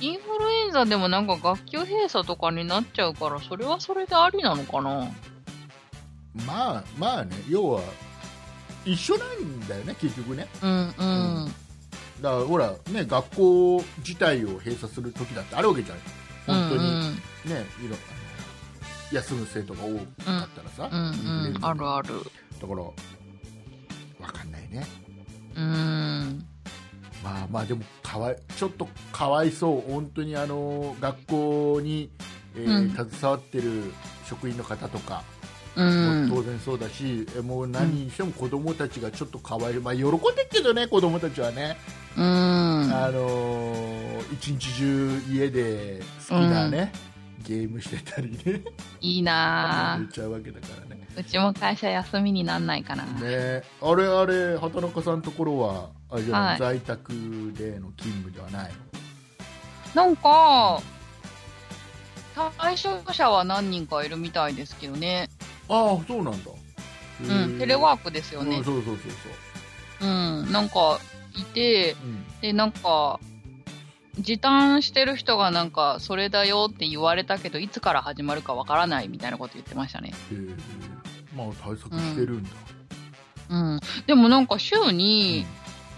S1: インフルエンザでもなんか学級閉鎖とかになっちゃうからそれはそれでありなのかな
S2: まあまあね要は一緒なんだよね結局ね
S1: うんうん、
S2: うんだからほらね学校自体を閉鎖する時だってあるわけじゃない本当に
S1: う
S2: ね、
S1: ん
S2: いろあの休む生徒が多かったらさ、
S1: うんうん
S2: インフルエ
S1: う
S2: ン
S1: ん
S2: ザ
S1: あ
S2: で
S1: るある
S2: だからわかんないね
S1: うん
S2: まあまあでもかわいちょっとかわいそう本当にあの学校に、えー携わってる職員の方とか
S1: う
S2: も
S1: ん
S2: 当然そうだし、えもう何にしても子供たちがちょっとかわいまあ喜んでるけどね子供たちはね、
S1: うん
S2: あのー一日中家で好きなね、ゲームしてたりね
S1: いい
S2: 寝
S1: な
S2: ちゃうわけだからね
S1: ぁうちも会社休みになんないかな、
S2: ねあれあれ畑中さんのところはあれじゃない、
S1: はい
S2: 在宅での勤務ではないの
S1: なんか対象者は何人かいるみたいですけどね、
S2: ああそうなんだ
S1: うん、テレ
S2: ー
S1: ワークですよ
S2: うん
S1: ね
S2: そうそうそう
S1: うんなんかいて
S2: そう、うん、
S1: でなんか時短してる人がなんかそれだよって言われたけどいつから始まるかわからないみたいなこと言ってましたね、
S2: へーまあ対策してるんだ、
S1: うん、でもなんか週
S2: うん
S1: に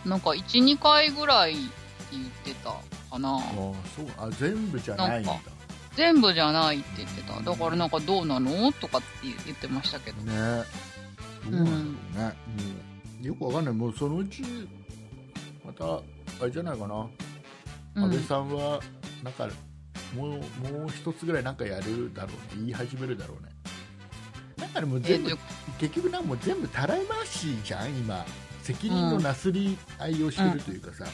S1: なんか12回ぐらいって言ってたかな
S2: ああそうあ全部じゃないんだ
S1: なん全部じゃないって言ってただからなんかどうなのとかって言ってましたけど
S2: ねどうなんだろうね、もうよくわかんないもうそのうちまたあれじゃないかな、
S1: う
S2: 安
S1: ん
S2: 倍さんはなんかもうもう一つぐらいなんかやるだろうね言い始めるだろうねだからもう
S1: え
S2: 全
S1: どう
S2: 部
S1: いう
S2: 結局なんかもう全部たらい回しじゃん今責任のなすり合いをしてるというかさ、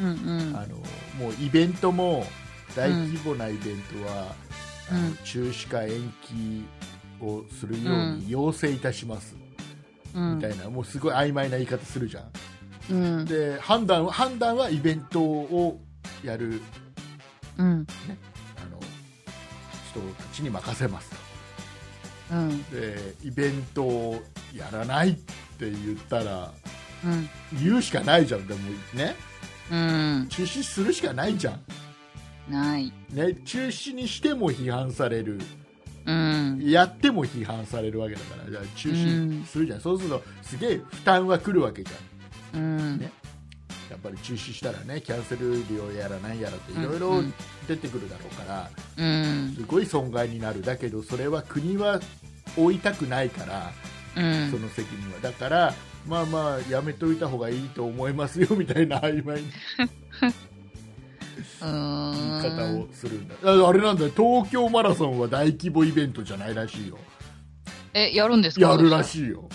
S1: うんうん
S2: あのもうイベントも大規模なイベントは、
S1: うん
S2: あの中止か延期をするように要請いたします、
S1: うん
S2: みたいなもうすごい曖昧な言い方するじゃん
S1: うん
S2: で判断は判断はイベントをやる
S1: うん
S2: あの人たちに任せます
S1: うん
S2: でイベントをやらないって言ったら
S1: うん
S2: 言うしかないじゃんでもね
S1: うん
S2: 中止するしかないじゃん、
S1: ない
S2: ね、中止にしても批判される
S1: うん
S2: やっても批判されるわけだからじゃあ中止するじゃん、そうするとすげえ負担は来るわけじゃん
S1: うん
S2: ねやっぱり中止したらねキャンセル料やらなんやらってい
S1: うん
S2: ろいろ出てくるだろうから、
S1: うん
S2: すごい損害になるだけどそれは国は負いたくないから
S1: うん
S2: その責任はだからまあまあやめといた方がいいと思いますよみたいな曖昧な
S1: うー
S2: 言
S1: ん
S2: い方をするんだああれなんだよ東京マラソンは大規模イベントじゃないらしいよ
S1: えやるんですか
S2: やるら
S1: い
S2: しいよ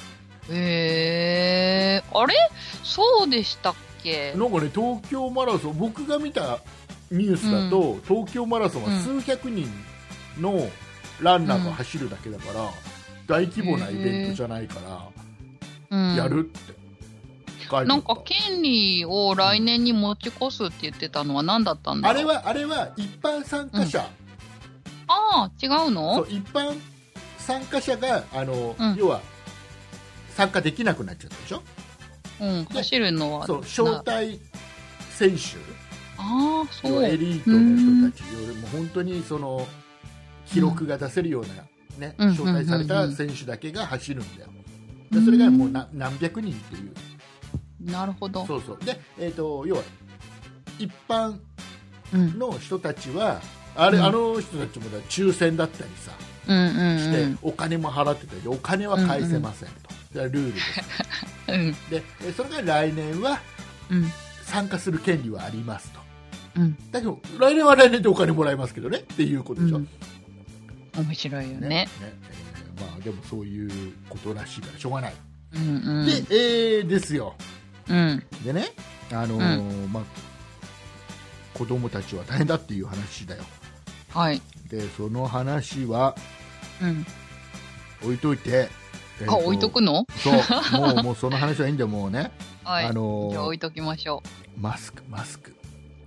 S1: へえー、あれそうでしたっけ
S2: なんかね東京マラソン僕が見たニュースだと、東京マラソンは数百人のランナーが走るだけだから、大規模なイベントじゃないか
S1: う
S2: ら、
S1: ん
S2: やるって書いてあった
S1: なんか権利を来年に持ち越すって言ってたのは何だったんだ
S2: あ
S1: ろう
S2: れはあれは一般参加者、
S1: ああ違う
S2: そ
S1: の
S2: う一般参加者があの、
S1: うん
S2: 要は参加できなくなっちゃったでしょ
S1: うん走るのは
S2: そう
S1: な
S2: 招待選手
S1: ああそ
S2: 要はエ
S1: う
S2: リートの人たちよりも本当にその記録が出せるような、ね
S1: うん
S2: 招待され
S1: う
S2: た
S1: ん
S2: 選手だけが走るんだよ
S1: う
S2: で
S1: ん
S2: それがもうな何百人っていう
S1: なるほど
S2: そうそうで、えー、と要は一般
S1: うん
S2: の人たちはあれ、
S1: うん
S2: あの人たちもだ抽選だったりさ
S1: うんうん
S2: し
S1: う
S2: て、
S1: ん
S2: お金も払ってたりお金は返せませんと、それはルールです
S1: うん
S2: でえそれが来年は
S1: うん
S2: 参加する権利はありますと
S1: うん
S2: だけど来年は来年でお金もらえますけどねっていうことでしょ、
S1: うん面白いよね
S2: えーまあでもそういうことらしいからしょうがない、
S1: うん
S2: で、えーですよ
S1: うんうん
S2: でねあのーまあ子供たちは大変だっていう話だよ
S1: はい
S2: でその話は
S1: うん
S2: 置いといて、えー
S1: あ置いとくの
S2: そうもうもうその話はいいんだよもうね、
S1: はい、
S2: あのー
S1: じゃあ置いときましょ
S2: マスクマスク
S1: う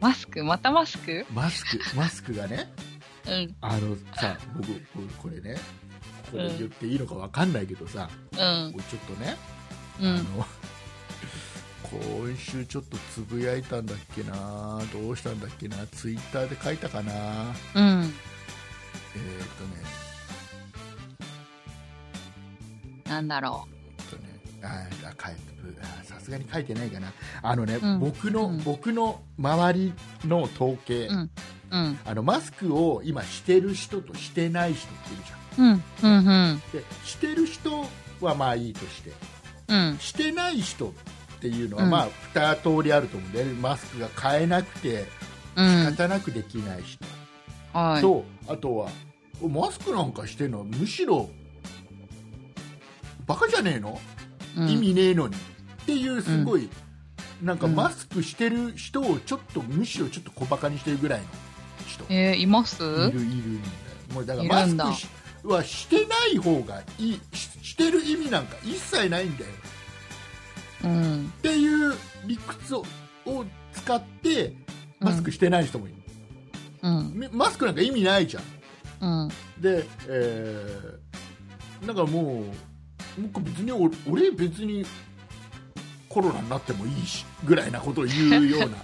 S1: マスクまたマスク
S2: マスクマスクがね
S1: うん
S2: あのさ僕僕これねこれ言っていいのかわかんないけどさ、
S1: うん
S2: 僕ちょっとね、
S1: う
S2: あ
S1: ん
S2: の今週ちょっとつぶやいたんだっけなどうしたんだっけなツイッターで書いたかな
S1: うん
S2: えーっとね
S1: なんだろ
S2: えっとねあーあ書いあーさすがに書いてないかなあのね、
S1: うん
S2: 僕の、
S1: うん
S2: 僕の周りの統計、
S1: うんううん
S2: あのマスクを今してる人としてない人っているじゃ
S1: うんうんうん
S2: んでしてる人はまあいいとして
S1: うん
S2: してない人っていうのは、
S1: うん
S2: まあ2通りあると思うんだよねマスクが買えなくて
S1: うん
S2: 仕方なくできない人、
S1: はい
S2: とあとはマスクなんかしてんのはむしろバカじゃねえの、
S1: うん
S2: 意味ねえのにっていうすごい、なんかマスクしてる人をちょっとむしろちょっと小バカにしてるぐらいの人い
S1: えーいます
S2: るいるんだよもうだから
S1: い
S2: マ
S1: る
S2: ス
S1: んだ
S2: クしはしてない方がいいししてる意味なんか一切ないんだよ
S1: うん
S2: っていう理屈をを使ってマスクしてない人もいる、
S1: うん
S2: みマスクなんか意味ないじゃん
S1: うん
S2: で、えー、なんかもう、僕別に俺、俺別にコロナになってもいいし、ぐらいなことを言うような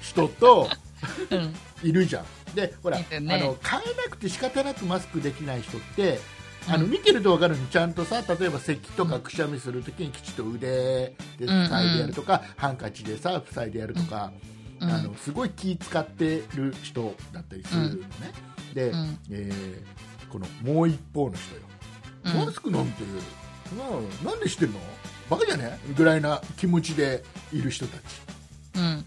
S2: 人と、
S1: うん
S2: いるじゃん。で、ほら、
S1: いるね
S2: あの、買えなくて仕方なくマスクできない人って、あの
S1: うん
S2: 見てると分かるのにちゃんとさ例えば咳とかくしゃみするときにきちっと腕で塞いでやるとか、ハンカチでさ塞いでやるとか、
S1: うん
S2: あのすごい気使ってる人だったりするのね、で、
S1: うん
S2: えーこのもう一方の人よ、
S1: うん
S2: マスクなんて、うん、なんでしてんのバカじゃねぐらいな気持ちでいる人たち、
S1: うん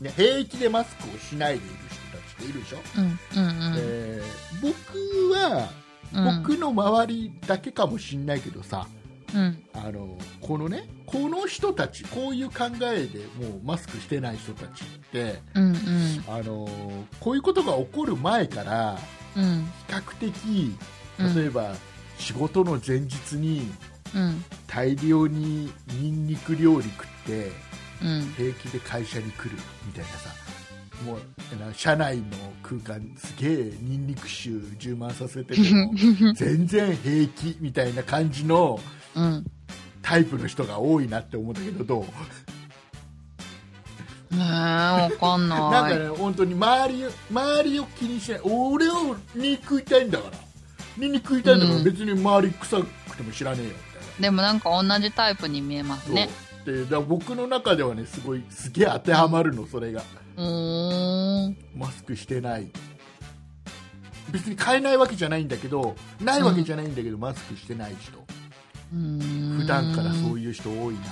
S2: ね、平気でマスクをしないでいる人たちっているでしょ、
S1: うんうん
S2: えー僕は
S1: うん
S2: 僕の周りだけかもしんないけどさ、
S1: うん。
S2: あのこのねこの人たちこういう考えでもうマスクしてない人たちって
S1: うん。
S2: あのこういうことが起こる前から
S1: うん。うん。
S2: 比較的例えば、仕事の前日に
S1: うん。
S2: 大量にニンニク料理食って
S1: うん。
S2: 平気で会社に来るみたいなさもうな社内の空間すげえニンニク臭充満させてても全然平気みたいな感じの
S1: うん。
S2: タイプの人が多いなって思ったけどどう
S1: えー、わかん
S2: なん
S1: な
S2: か
S1: い。
S2: ね本当に周りを周りを気にしない俺をに食いたいんだからにに食いたいんだから
S1: うん
S2: 別に周り臭くても知らねえよみたいな。
S1: でもなんか同じタイプに見えます
S2: そう
S1: ね。
S2: でだから僕の中ではねすごいすげえ当てはまるのそれが
S1: うーん。
S2: マスクしてない別に買えないわけじゃないんだけどないわけじゃないんだけど、マスクしてない人普
S1: 普
S2: 段からそう
S1: う
S2: いう人多いなって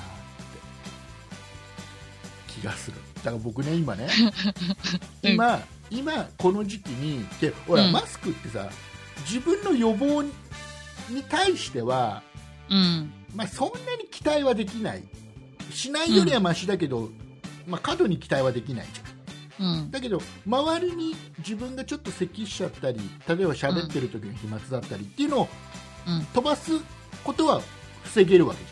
S2: 気がするだから僕 ね今ね
S1: うん
S2: 今今この時期にでほら、
S1: うん
S2: マスクってさ自分の予防にに対しては
S1: ーん。
S2: まあ、そんなに期待はできないしないよりはマシだけど、まあ、過度に期待はできないじゃん
S1: うん。うん。
S2: だけど周りに自分がちょっと咳しちゃったり例えば喋ってる時に飛沫だったりっていうのを
S1: うん
S2: 飛ばすことは防げるわけ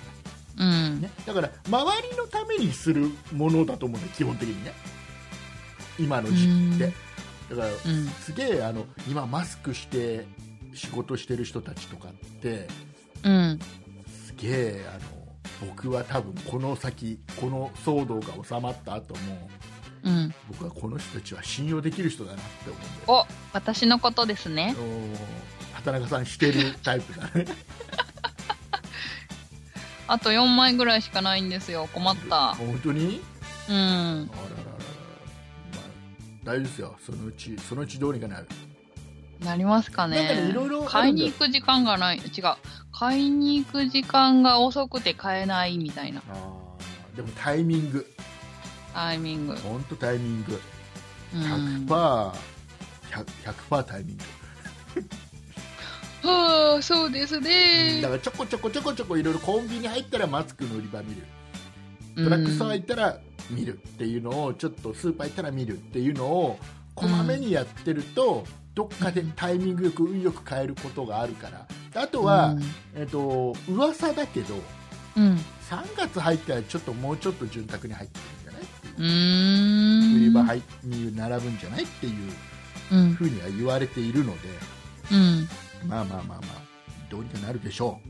S2: じ
S1: うん。
S2: ゃない、ね、だから周りのためにするものだと思うんだよ基本的にね今の時期ってだから
S1: うん。
S2: すげえあの今マスクして仕事してる人たちとかって
S1: うん。
S2: すげえあの僕は多分この先この騒動が収まった後も
S1: うん。
S2: 僕はこの人たちは信用できる人だなって思うんだよ
S1: お、私のことですね。
S2: おー畑中さんしてるタイプだね
S1: あと4枚ぐらいしかないんですよ。困った。
S2: 本当に
S1: うん
S2: あ。らららら、まあ、大丈夫ですよそのうちそのうちどうにかなる
S1: なりますか
S2: なんか
S1: ね
S2: ねいろいろあ
S1: 買
S2: る
S1: い
S2: んだよ
S1: に行く時間がない。違う。買いに行く時間が遅くて買えないみたいな
S2: あーでもタイミング
S1: タイミング。
S2: 本当タイミング
S1: うん。
S2: 100%100% 100%タイミング
S1: はあ、そうですね
S2: だ。からちょこちょこちょこちょこいろいろコンビニ入ったらマスクの売り場見るブラックストア行ったら見るっていうのをちょっとスーパー行ったら見るっていうのをこまめにやってると、どっかでタイミングよく運よく変えることがあるからであとは、えっと噂だけど
S1: うん。うん。
S2: 3月入ったらちょっともうちょっと潤沢に入ってるんじゃないっていうう、
S1: ーん。
S2: 売り場入に並ぶんじゃないっていう
S1: うん。
S2: ふうには言われているので
S1: うん。
S2: まあまあまあまあどうにかなるでしょ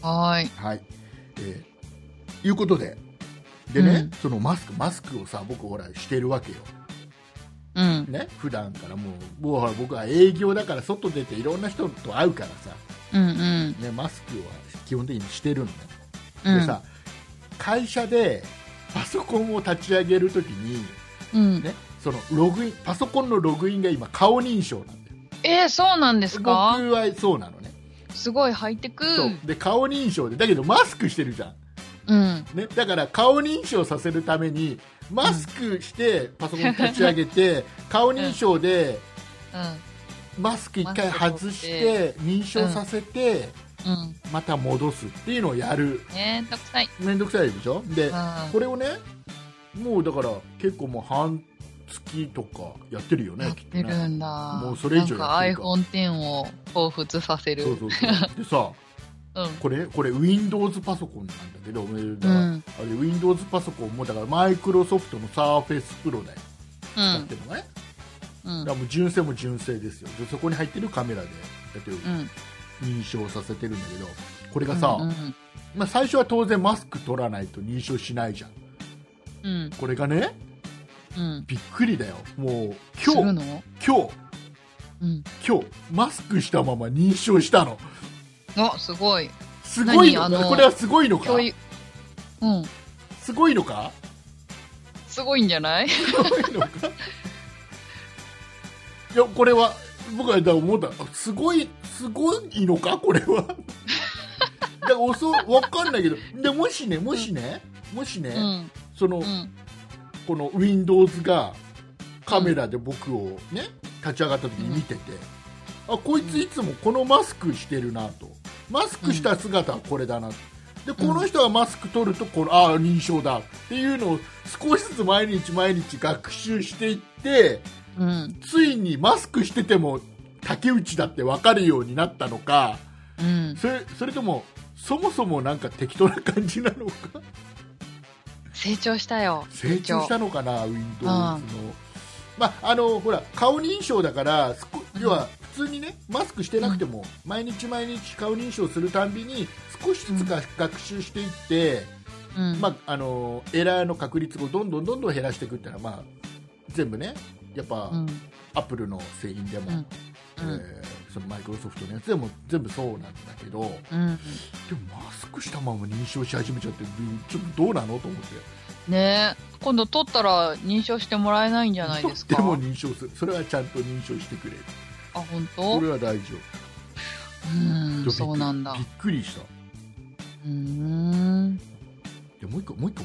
S1: はーい。
S2: う。はいえーいうことででね、
S1: うん
S2: そのマスクマスクをさ僕ほらしてるわけよ。
S1: うん。
S2: ね、普段からもうもうほら僕は営業だから外出ていろんな人と会うからさ、
S1: うんうん。
S2: ね、マスクは基本的にしてるのね、
S1: うん
S2: でさ会社でパソコンを立ち上げるときに、
S1: うん。
S2: ね、そのログインパソコンのログインが今顔認証なんだよ
S1: えー、そうなんです
S2: 僕
S1: か
S2: はそうなのね、
S1: すごいハイテク。
S2: そうで顔認証でだけどマスクしてるじゃん、
S1: うん。
S2: ね、だから顔認証させるためにマスクしてパソコン立ち上げて、顔認証でマスク1回外して認証させて、
S1: うん。うん。
S2: また戻すっていうのをやる
S1: えー、たくさい。
S2: 面倒くさいでしょで
S1: うん
S2: これをねもうだから結構もう半月とかやってるよね
S1: やっ
S2: きっと
S1: てる
S2: ね
S1: んだ。
S2: もうそれ以上
S1: な
S2: やって
S1: ん
S2: る
S1: か
S2: か
S1: iPhone X を彷彿させる。
S2: そうそうそうでさ
S1: うん。
S2: これこれ Windows パソコンなんだけどだ
S1: う
S2: から、
S1: ん。
S2: あれ Windows パソコンもだからマイクロソフトの Surface Pro だよ、
S1: う
S2: やっ
S1: ん
S2: てるのがね
S1: うん
S2: だからもう純正も純正ですよでそこに入ってるカメラでやってる
S1: うん。
S2: 認証させてるんだけどこれがさ、
S1: うん
S2: まあ、最初は当然マスク取らないと認証しないじゃん
S1: うん。
S2: これがね
S1: うん。
S2: びっくりだよもう
S1: する
S2: 今日
S1: の
S2: 今日
S1: うん。
S2: 今日マスクしたまま認証したの
S1: お、すごい。
S2: すごいの
S1: 何あの
S2: これはすごいのか
S1: 教育。うん。
S2: すごいのか
S1: すごいんじゃない
S2: すごいのかいやこれは僕はだから思ったあすごいすごいのかこ れはだからおそわかんないけどでもしねもしね、もしね、
S1: うん。
S2: その、
S1: うん。
S2: この Windows がカメラで僕をね立ち上がった時に見てて、あこいついつもこのマスクしてるなとマスクした姿はこれだな、でこの人がマスク取るとこのああ認証だっていうのを少しずつ毎日毎日学習していって
S1: うん
S2: ついにマスクしてても竹内だって分かるようになったのか
S1: うん
S2: それそれともそもそもなんか適当な感じなのか
S1: 成長したよ
S2: 成長したのかな Windows の、
S1: うん
S2: まああのほら顔認証だからすこ
S1: うん
S2: 要は普通にねマスクしてなくても、毎日毎日顔認証するたんびに少しずつが学習していって、
S1: うん
S2: まあ、あのエラーの確率をどんどんどんどん減らしていくっていうのは、まあ、全部ねやっぱ、
S1: うん
S2: アップルの製品でも、
S1: うんうん
S2: えーそのマイクロソフトのやつでも全部そうなんだけどでも
S1: うん
S2: マスクしたまま認証し始めちゃってうんちょっとどうなのと思って
S1: ねえ今度取ったら認証してもらえないんじゃないですか
S2: でも認証するそれはちゃんと認証してくれる
S1: あ本
S2: そ
S1: 当
S2: れは大丈
S1: うん
S2: 夫
S1: そうなんだ
S2: びっくりした
S1: うーん
S2: でもう一個もう一個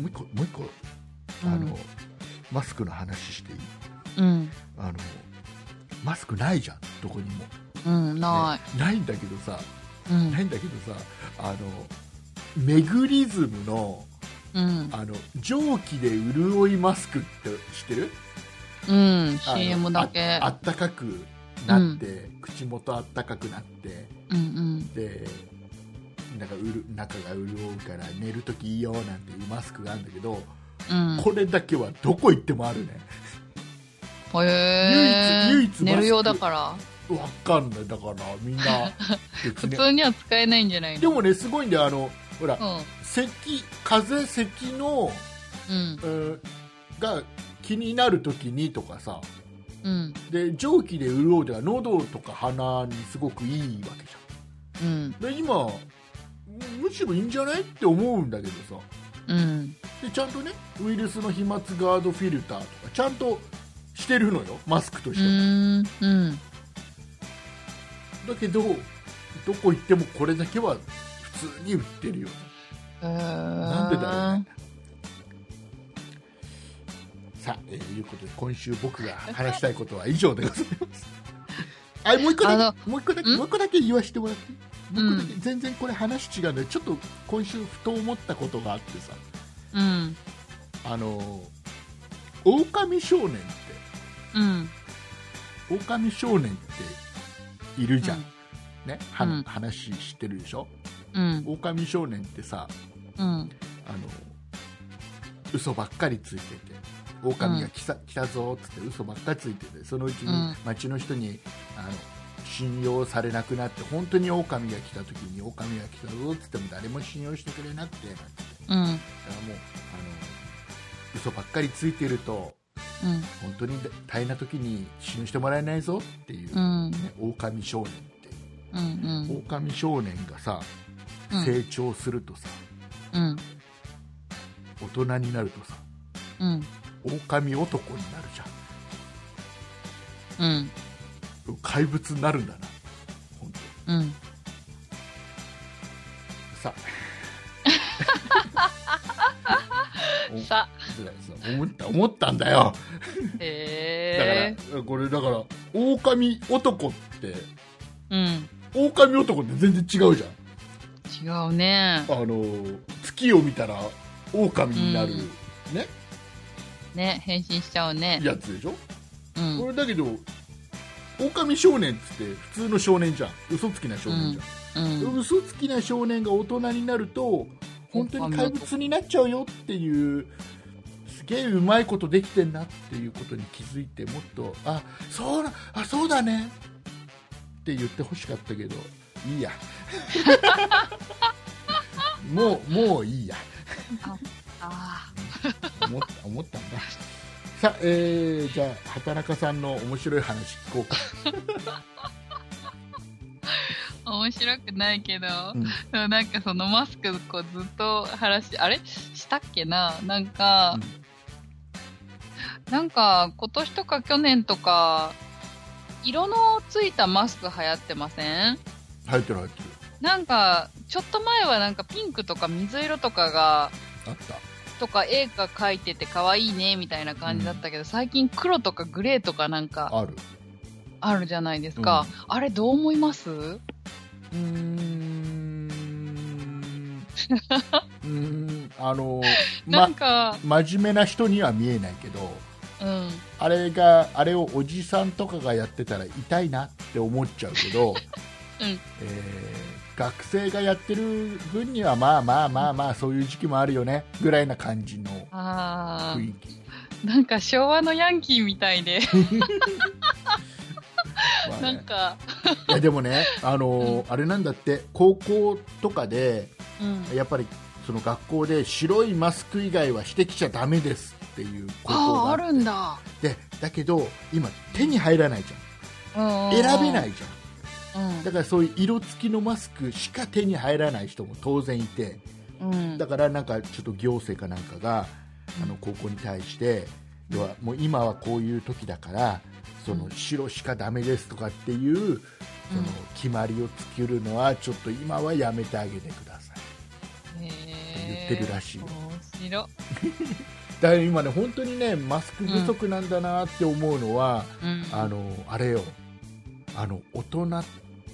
S2: もう一個もう一個あの、マスクの話していい
S1: うん
S2: あのマスクないじゃんどこにも、ね
S1: うんな
S2: ないんだけどさ
S1: いうん
S2: ないんだけどさあのメグリズムの
S1: うん
S2: あの蒸気で潤いマスクって知ってる
S1: うん
S2: あの
S1: CM だけ
S2: ああったかくなって、口元あったかくなって
S1: うん
S2: でなんかうる中が潤うから寝るときいいよなんていうマスクがあるんだけど、
S1: うん
S2: これだけはどこ行ってもあるね
S1: うんへえ
S2: 唯一唯一マスク
S1: 寝る用だから
S2: わかんないだからみん な別
S1: 普
S2: に
S1: 通には使えないんじゃない
S2: で
S1: の
S2: もねすごいんだよあのほら咳風邪咳の
S1: うんうん
S2: うんが気になるときにとかさ
S1: うん
S2: で蒸気で潤うでは喉とか鼻にすごくいいわけじ
S1: うん
S2: ゃんで今むむしろいいんじゃないって思うんだけどさ
S1: うん
S2: でちゃんとねウイルスの飛沫ガードフィルターとかちゃんとしてるのよマスクと
S1: う
S2: しては、
S1: ーんうん
S2: だけどどこ行ってもこれだけは普通に売ってるよな
S1: なん
S2: でだろうねさあ、えーいうことで今週僕が話したいことは以上でござい ます。あもう一個だけもう一個だけ
S1: ん
S2: もう一個だけ言わせてもらっていいもう一個だけ
S1: う
S2: 全然これ話違うんだけどちょっと今週ふと思ったことがあってさ
S1: うん
S2: あのー狼少年って
S1: うん
S2: 狼少年っているじゃん、ねは
S1: うん
S2: 話知ってるでしょ
S1: うん
S2: 狼少年ってさ
S1: うん
S2: あの嘘ばっかりついてて狼が来た,、来たぞっつって嘘ばっかりついててそのうちに
S1: うん
S2: 町の人にあの信用されなくなって本当に狼が来た時に狼が来たぞっつっても誰も信用してくれなくてなんて
S1: うん
S2: だからもうあの嘘ばっかりついてると
S1: うん
S2: 本当に大変な時に信用してもらえないぞっていう、
S1: う
S2: ね
S1: ん
S2: 狼少年っていう
S1: うんうん
S2: 狼少年がさ
S1: うん
S2: 成長するとさ、
S1: うん
S2: 大人になるとさ
S1: うん
S2: 狼男になるじゃん
S1: うん
S2: 怪物になるんだな本当
S1: うん
S2: さお
S1: さ
S2: そう思った思ったんだよだから、
S1: へえ
S2: これだから狼男って
S1: うん
S2: 狼男って全然違うじゃん
S1: 違うね
S2: あの月を見たら狼になる
S1: うんね変身しちゃうね
S2: やつでしょ、
S1: うん
S2: これだけど狼少年っつって普通の少年じゃん嘘つきな少年じゃん、
S1: うん
S2: 嘘つきな少年が大人になると本当に怪物になっちゃうよっていうすげえうまいことできてんなっていうことに気づいてもっとあそうなあそうだねって言ってほしかったけどいいや もうもういいや
S1: あ
S2: 思った思ったんださあ、えーじゃあ畑中さんの面白い話聞こうか、
S1: あ面白くないけど
S2: うん
S1: でもなんかそのマスクこうずっと話あれしたっけななんか、なんか今年とか去年とか色のついたマスク流行ってません
S2: 入ってる入ってる
S1: なんかちょっと前はなんかピンクとか水色とかが
S2: あった
S1: とか絵が描いてて可愛いねみたいな感じだったけど、最近黒とかグレーとかなんか
S2: ある
S1: あるじゃないですか、あれどう思います
S2: うーんうーんあ の
S1: な
S2: ま
S1: んか、
S2: 真面目な人には見えないけど
S1: うん。
S2: あれがあれをおじさんとかがやってたら痛いなって思っちゃうけど、
S1: うん
S2: えー学生がやってる分にはまあまあまあまあそういう時期もあるよねぐらいな感じの
S1: あ
S2: 雰囲気
S1: あ、なんか昭和のヤンキーみたいで、
S2: まあ ね
S1: なんか、
S2: いやでもね、あのーあれなんだって高校とかで
S1: うん。
S2: やっぱりその学校で白いマスク以外はしてきちゃダメですっていう高校
S1: ああ、
S2: があ
S1: ある
S2: っ
S1: んだ。。
S2: てだけど今手に入らないじゃん選べないいじゃ
S1: うん
S2: んだからそういう色付きのマスクしか手に入らない人も当然いて
S1: うん
S2: だからなんかちょっと行政かなんかがあの高校に対して要はもう今はこういう時だからその白しかダメですとかっていうその決まりを作るのはちょっと今はやめてあげてください
S1: へー
S2: 言ってるらしいよ
S1: 面白
S2: だから今ね本当にねマスク不足なんだなって思うのは、
S1: うん
S2: あのあれよあの大人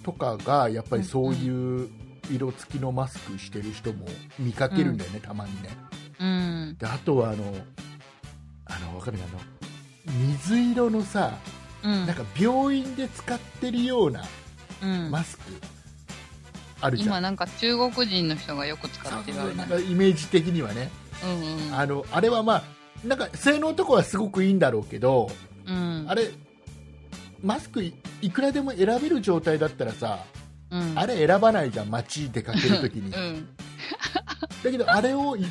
S2: とかがやっぱりそういう色付きのマスクしてる人も見かけるんだよね、たまにね
S1: うん
S2: であとはあのあのわかるかなあの水色のさ
S1: うん
S2: なんか病院で使ってるような
S1: うん
S2: マスク、あるじゃ
S1: 今
S2: ん
S1: なんか中国人の人がよく使ってるあれ
S2: なん
S1: ね
S2: かイメージ的にはね
S1: うんうん
S2: あのあれはまあなんか性能とかはすごくいいんだろうけど
S1: うん
S2: あれマスクいいくらでも選べる状態だったらさ
S1: うん
S2: あれ選ばないじゃん街出かけるときに、
S1: う
S2: だ
S1: ん
S2: けどあれをい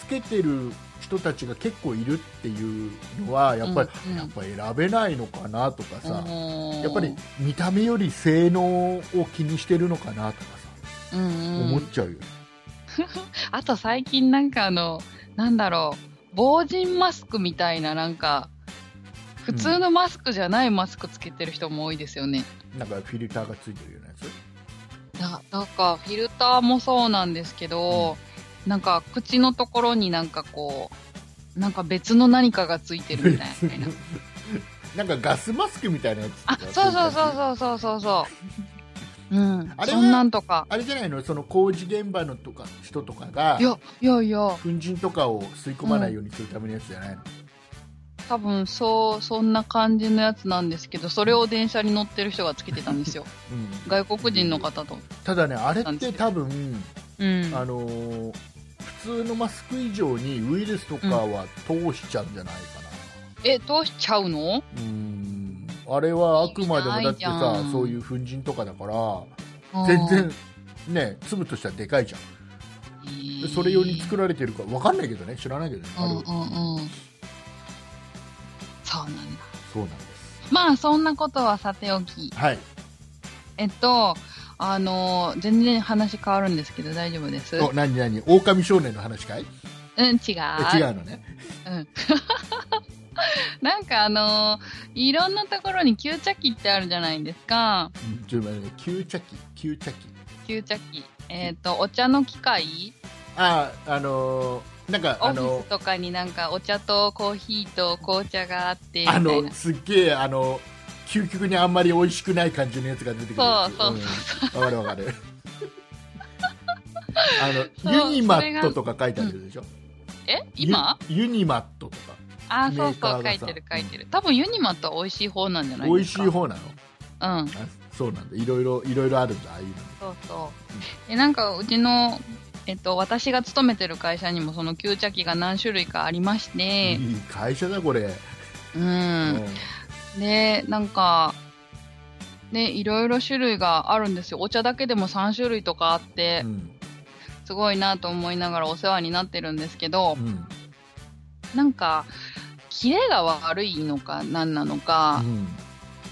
S2: つけてる人たちが結構いるっていうのはやっぱり、
S1: うんうん
S2: やっぱ選べないのかなとかさ、
S1: おー
S2: やっぱり見た目より性能を気にしてるのかなとかさ、
S1: うんうん
S2: 思っちゃうよね
S1: あと最近なんかあのなんだろう防塵マスクみたいななんか普通のマスクじゃないマスクつけてる人も多いですよね、
S2: なんかフィルターがついてるようなやつ
S1: ななんかフィルターもそうなんですけど、なんか口のところになんかこうなんか別の何かがついてるみたい な
S2: なんかガスマスクみたいなやつと
S1: あ
S2: か
S1: そうそうそうそうそうそうそううん
S2: あれは
S1: そんなんとか
S2: あれじゃないのその工事現場のとか人とかが
S1: いやいやいや
S2: 粉塵とかを吸い込まないようにするためのやつじゃないの、
S1: 多分そうそんな感じのやつなんですけどそれを電車に乗ってる人がつけてたんですよ
S2: うん
S1: 外国人の方と
S2: ただねあれ
S1: な
S2: っ
S1: んです
S2: て
S1: けど
S2: 多分、
S1: うん
S2: あのー普通のマスク以上にウイルスとかは通しちゃうんじゃないかな、
S1: えどうしちゃうの
S2: うーんあれはあくまでもだって
S1: いいじゃ
S2: さ
S1: ん
S2: そういう粉塵とかだから全然ね粒としてはでかいじゃんでそれ用に作
S1: る
S2: られてるかわかんないけどね知らないけどね
S1: うん
S2: あ
S1: う
S2: れ
S1: んうんそうなんだ
S2: そうなんです
S1: まあそんなことはさておき、
S2: はい
S1: えっと、あのー全然話変わるんですけど大丈夫です。
S2: お何何狼少年の話かい
S1: うん、違う。
S2: え違うのね
S1: なんかあのーいろんなところに旧茶器ってあるじゃないですか。
S2: うんちょっと待ってね旧茶器旧茶器
S1: 旧茶器。えっ、と、お茶の機械
S2: あああのーなんか
S1: オ
S2: あ
S1: フ
S2: の
S1: ィスとかになんかお茶とコーヒーと紅茶があって、みた
S2: あ
S1: いな。
S2: のすっげえあの究極にあんまり美味しくない感じのやつが出てくるやつ
S1: そうそう
S2: うんわ、かる わかるあ
S1: そう
S2: のユニマットとか書いてあるでしょ、
S1: え今
S2: ユユニマットとか
S1: あ、そう
S2: メーカ
S1: そ
S2: ー
S1: う、
S2: が
S1: 書
S2: さ
S1: いてる書いてる。多分ユニマットは美味しい方なんじゃない
S2: 美
S1: で
S2: 味
S1: す
S2: し
S1: か
S2: い方なの
S1: 方。うん。
S2: あそうなんだいろいろいろいろあるんだああいうの
S1: そうそう。で、なんか、うちの、えっと、私が勤めてる会社にも、その吸着器が何種類かありまして、
S2: いい会社だこれ、
S1: うん。
S2: うん
S1: で、なんか、ね、いろいろ種類があるんですよ。お茶だけでも3種類とかあって
S2: う、ん
S1: すごいなと思いながらお世話になってるんですけど
S2: う、ん
S1: なんか、キレが悪いのか何なのか、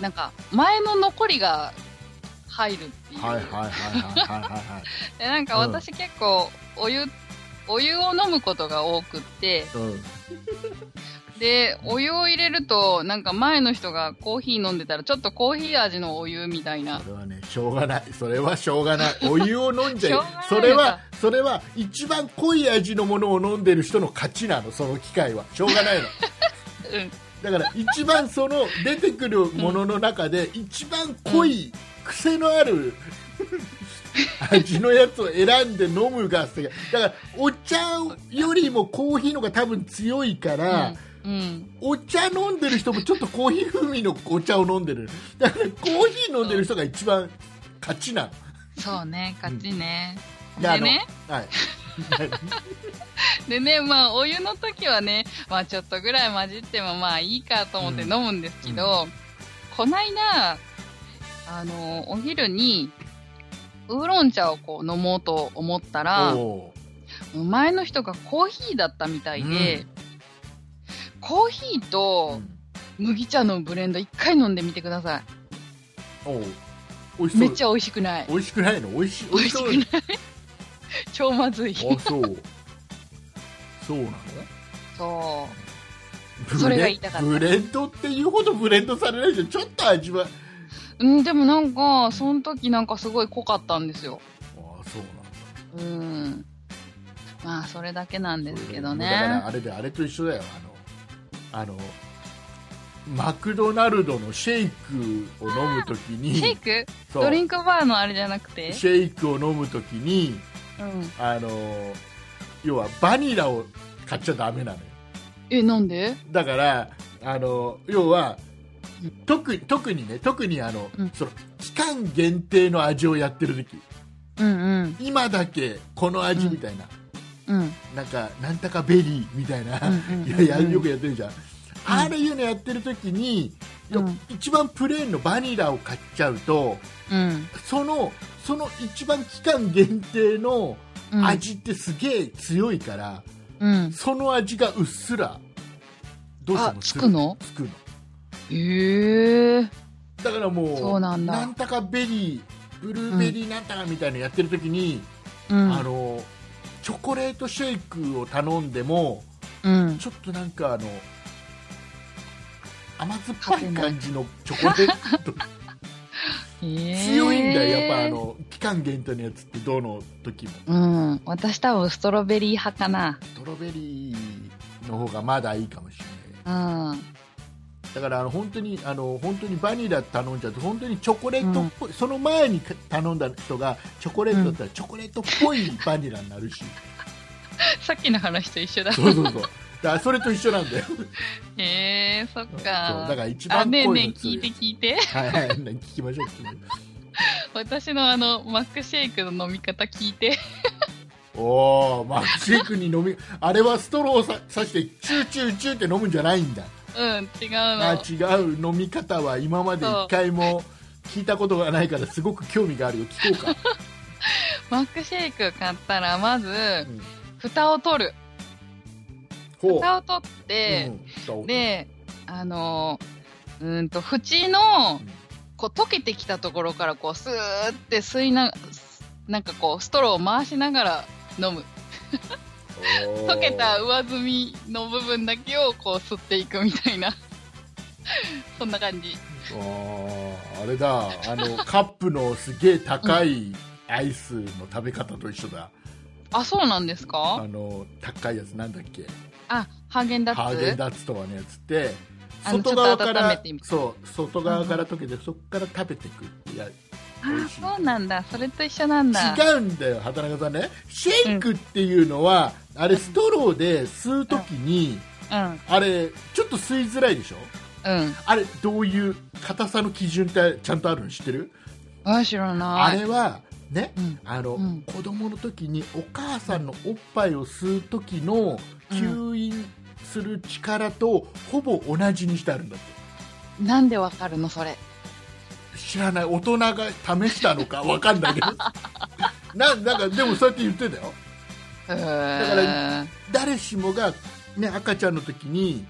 S1: なんか、前の残りが入るっていう。
S2: はいはいはいはいはいはいはい
S1: でなんか私結構お湯、お湯を飲むことが多くって、
S2: うん
S1: で、お湯を入れると、なんか前の人がコーヒー飲んでたら、ちょっとコーヒー味のお湯みたいな
S2: そ。れはねしょうがないそれはしょう がないお湯を飲んじゃい
S1: しょうがないのか
S2: それはそれは一番濃い味のものを飲んでる人の勝ちなのその機会はしょうがないの
S1: うん。
S2: だから一番その 出てくるものの中で一番濃い癖のある味のやつを選んで飲むが正解だからお茶よりもコーヒーのが多分強いから、
S1: うんうん
S2: お茶飲んでる人もちょっとコーヒー風味のお茶を飲んでるだからコーヒー飲んでる人が一番勝ちなの
S1: そうね勝ちね、
S2: であ
S1: で
S2: の
S1: ね
S2: はい
S1: でねまあお湯の時はねまあちょっとぐらい混じってもまあいいかと思って飲むんですけど、こないだあのお昼にウーロン茶をこう飲もうと思ったら
S2: お
S1: 前の人がコーヒーだったみたいで、
S2: うん
S1: コーヒー
S2: ーう
S1: と
S2: ん
S1: 麦茶のブレンド一回飲んでみてくださ
S2: おう美味
S1: い
S2: し
S1: めっ
S2: そう
S1: ちゃ美味しくない
S2: 美味しくないの美味し
S1: 美味しくない
S2: 美
S1: 超まずい
S2: 味しそうあそうそうなの
S1: そ
S2: ブレ
S1: それが言いたかった
S2: ブレンドっていうほどブレンドされないじゃんちょっと味は
S1: ううんでもなんかその時なんかすごい濃かったんですよ
S2: ああそうなん
S1: う
S2: だ
S1: んまあそれだけなんですけど
S2: だから
S1: ね
S2: あれであれと一緒だよあのあのマクドナルドのシェイクを飲むときに
S1: シェイク
S2: そう
S1: ドリンクバーのあれじゃなくて
S2: シェイクを飲むときに
S1: うん
S2: あの要はバニラを買っちゃダメなのよ
S1: えなんで
S2: だからあの要は特特にね特にあの、
S1: うん
S2: その期間限定の味をやってる時
S1: うんうん
S2: 今だけこの味みたい
S1: う
S2: な、
S1: んうん
S2: なんかなんたかベリーみたいな、
S1: うんうん
S2: いやいやよくやってるじゃん、あれいうのやってる時に、いや
S1: うん
S2: 一番プレーンのバニラを買っちゃうと
S1: うん
S2: そのその一番期間限定の
S1: うん
S2: 味ってすげえ強いから、
S1: うん
S2: その味がうっすらどうしても
S1: あつくの
S2: つくの
S1: へえ
S2: だからもう
S1: そうなんだ
S2: たかベリーブルーベリーなんたかみたいなのやってる時に、
S1: うん
S2: あのチョコレートシェイクを頼んでも
S1: うん
S2: ちょっとなんかあの甘酸っぱい感じのチョコレート強いん だよやっぱあの期間限定のやつってどの時も
S1: うん私多分ストロベリー派かな
S2: ストロベリーの方がまだいいかもしれない
S1: うん
S2: だからあの本当にあの本当にバニラ頼んじゃって本当にチョコレートっぽい、その前に頼んだ人がチョコレートだったらチョコレートっぽいバニラになるし、
S1: さっきの話と一緒だ
S2: そうそうそうだからそれと一緒なんだよ
S1: へえそっか
S2: そうだから一番
S1: あねえ
S2: 濃
S1: ね
S2: い
S1: え
S2: の
S1: 聞
S2: 強
S1: いて
S2: い
S1: 聞いて
S2: はいはい聞きましょう聞きましょ
S1: 私のあのマックシェイクの飲み方聞いて
S2: うおおマックシェイクに飲みあれはストローをささしてチューチューチューって飲むんじゃないんだ
S1: うん違う
S2: あ
S1: の
S2: 違う飲み方は今まで一回も聞いたことがないからすごく興味があるよ聞こうか、
S1: マックシェイク買ったらまず
S2: うん、
S1: 蓋を取る
S2: ほ
S1: 蓋を取って、
S2: うん
S1: であのうーんと縁の
S2: うん
S1: こう溶けてきたところからこうスーって吸いななんかこうストローを回しながら飲む
S2: おー
S1: 溶けた上澄みの部分だけをこう吸っていくみたいな そんな感じ
S2: あーあれだ あのカップのすげえ高いアイスの食べ方と一緒だ、
S1: あそうなんですか
S2: あの高いやつなんだっけ
S1: あハーゲンダ
S2: ハ
S1: ッ
S2: ーゲン
S1: ツ
S2: ダッツとはのやつって
S1: あの
S2: 外側か
S1: ちょっと温め
S2: ら
S1: てみた
S2: そう外側から溶けて、そこから食べていくってや
S1: あ
S2: 美味しい
S1: そうなんだそれと一緒なんだ
S2: 違うんだよ畑中さんねシェイクっていうのは、あれストローで吸う時に、
S1: うん
S2: あれちょっと吸いづらいでしょ
S1: うん
S2: あれどういう硬さの基準ってちゃんとあるの知ってる
S1: あ知らな
S2: あ
S1: い
S2: れはね、
S1: うん
S2: あの
S1: うん
S2: 子供の時にお母さんのおっぱいを吸う時の
S1: うん
S2: 吸引する力とほぼ同じにしてあるんだって
S1: なんでわかるのそれ
S2: 知らない大人が試したのか分かんないけ どななんかでもそうやって言ってたよ
S1: うーん
S2: ら誰しもが、ね、赤ちゃんの時に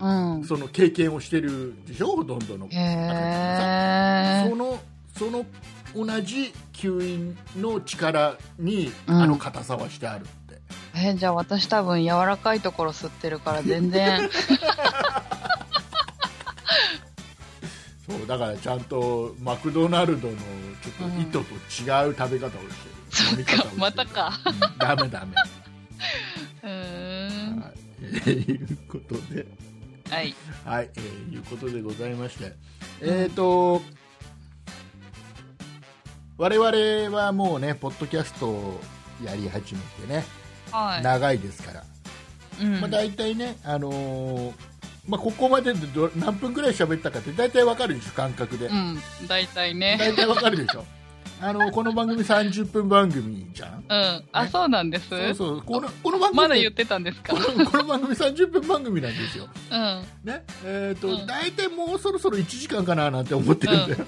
S1: うん
S2: その経験をしてるでしょほとんどの、
S1: へえ
S2: そのその同じ吸引の力に、
S1: うん
S2: あの硬さはしてあるって
S1: えじゃあ私多分柔らかいところ吸ってるから全 然
S2: そうだからちゃんとマクドナルドのちょっと意図と違う食べ方をしてる、飲み方をしてる
S1: またか
S2: うんダメダメ、
S1: うーん
S2: はいえーいうことで
S1: はい
S2: はい、えーいうことでございましてえっ、ー、と我々はもうねポッドキャストをやり始めてね、
S1: は
S2: 長いですから、
S1: い。うん。
S2: まあ、大体ね、あのーまあ、ここまででど何分ぐらい喋ったかって大体わかるでしょ感覚で、
S1: うん。大体ね。
S2: 大体わかるでしょあのこの番組30分番組じゃん
S1: うん。あ、そうなんです。
S2: そうそうこのこの番組
S1: まだ言ってたんですか。
S2: このこの番組30分番組なんですよ、
S1: うん。
S2: ねえーと
S1: うん
S2: 大体もうそろそろ1時間かななんて思ってるんだよ、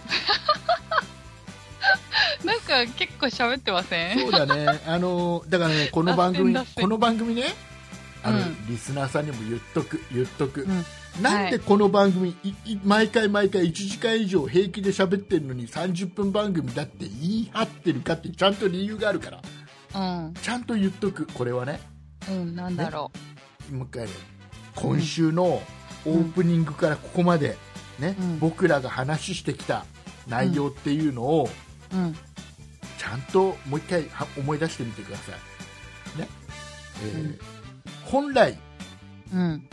S1: なんか結構喋ってません。
S2: そうだね、あのだからね、この番組、
S1: 脱線脱線
S2: この番組ね、あの、
S1: うん
S2: リスナーさんにも言っとく、言っとく。
S1: うん
S2: なんでこの番組、いい毎回毎回1時間以上平気で喋ってるのに30分番組だって言い張ってるかってちゃんと理由があるから
S1: うん。
S2: ちゃんと言っとくこれはね
S1: うん。なんだろ
S2: もう一回ね今週のオープニングからここまで、ね
S1: うん
S2: 僕らが話してきた内容っていうのを
S1: う。うん。
S2: ちゃんともう一回は思い出してみてください、ねえー
S1: うん
S2: 本来
S1: うん。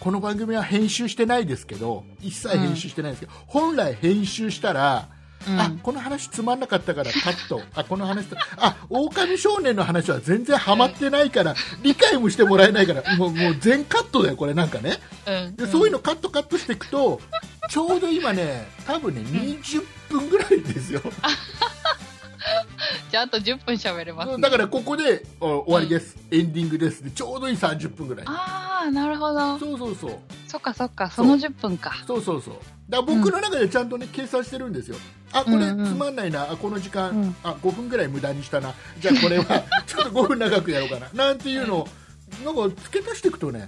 S2: この番組は編集してないですけど一切編集してないですけど、本来編集したら、
S1: うん。
S2: あこの話つまんなかったからカットあこの話とあ狼少年の話は全然ハマってないから理解もしてもらえないからもうもう全カットだよこれなんかね
S1: うん。
S2: でそういう
S1: の。
S2: のカットカットしていくとちょうど今ね多分ね20分ぐらいですよ
S1: じゃあ、あと10分喋れますね。
S2: だからここでお終わりです、エンディングですでちょうどいい30分ぐらい
S1: ああ、なるほど。
S2: そうそうそう
S1: そっかそっか、
S2: そ
S1: そうの10分か。
S2: そうそうそうだから僕の中でちゃんとね、計算してるんですよあこれ
S1: うんうん
S2: つまんないな、あこの時間、
S1: うん
S2: あ5分ぐらい無駄にしたなじゃあこれはちょっと5分長くやろうかななん ていうのをなんか付け足していくとね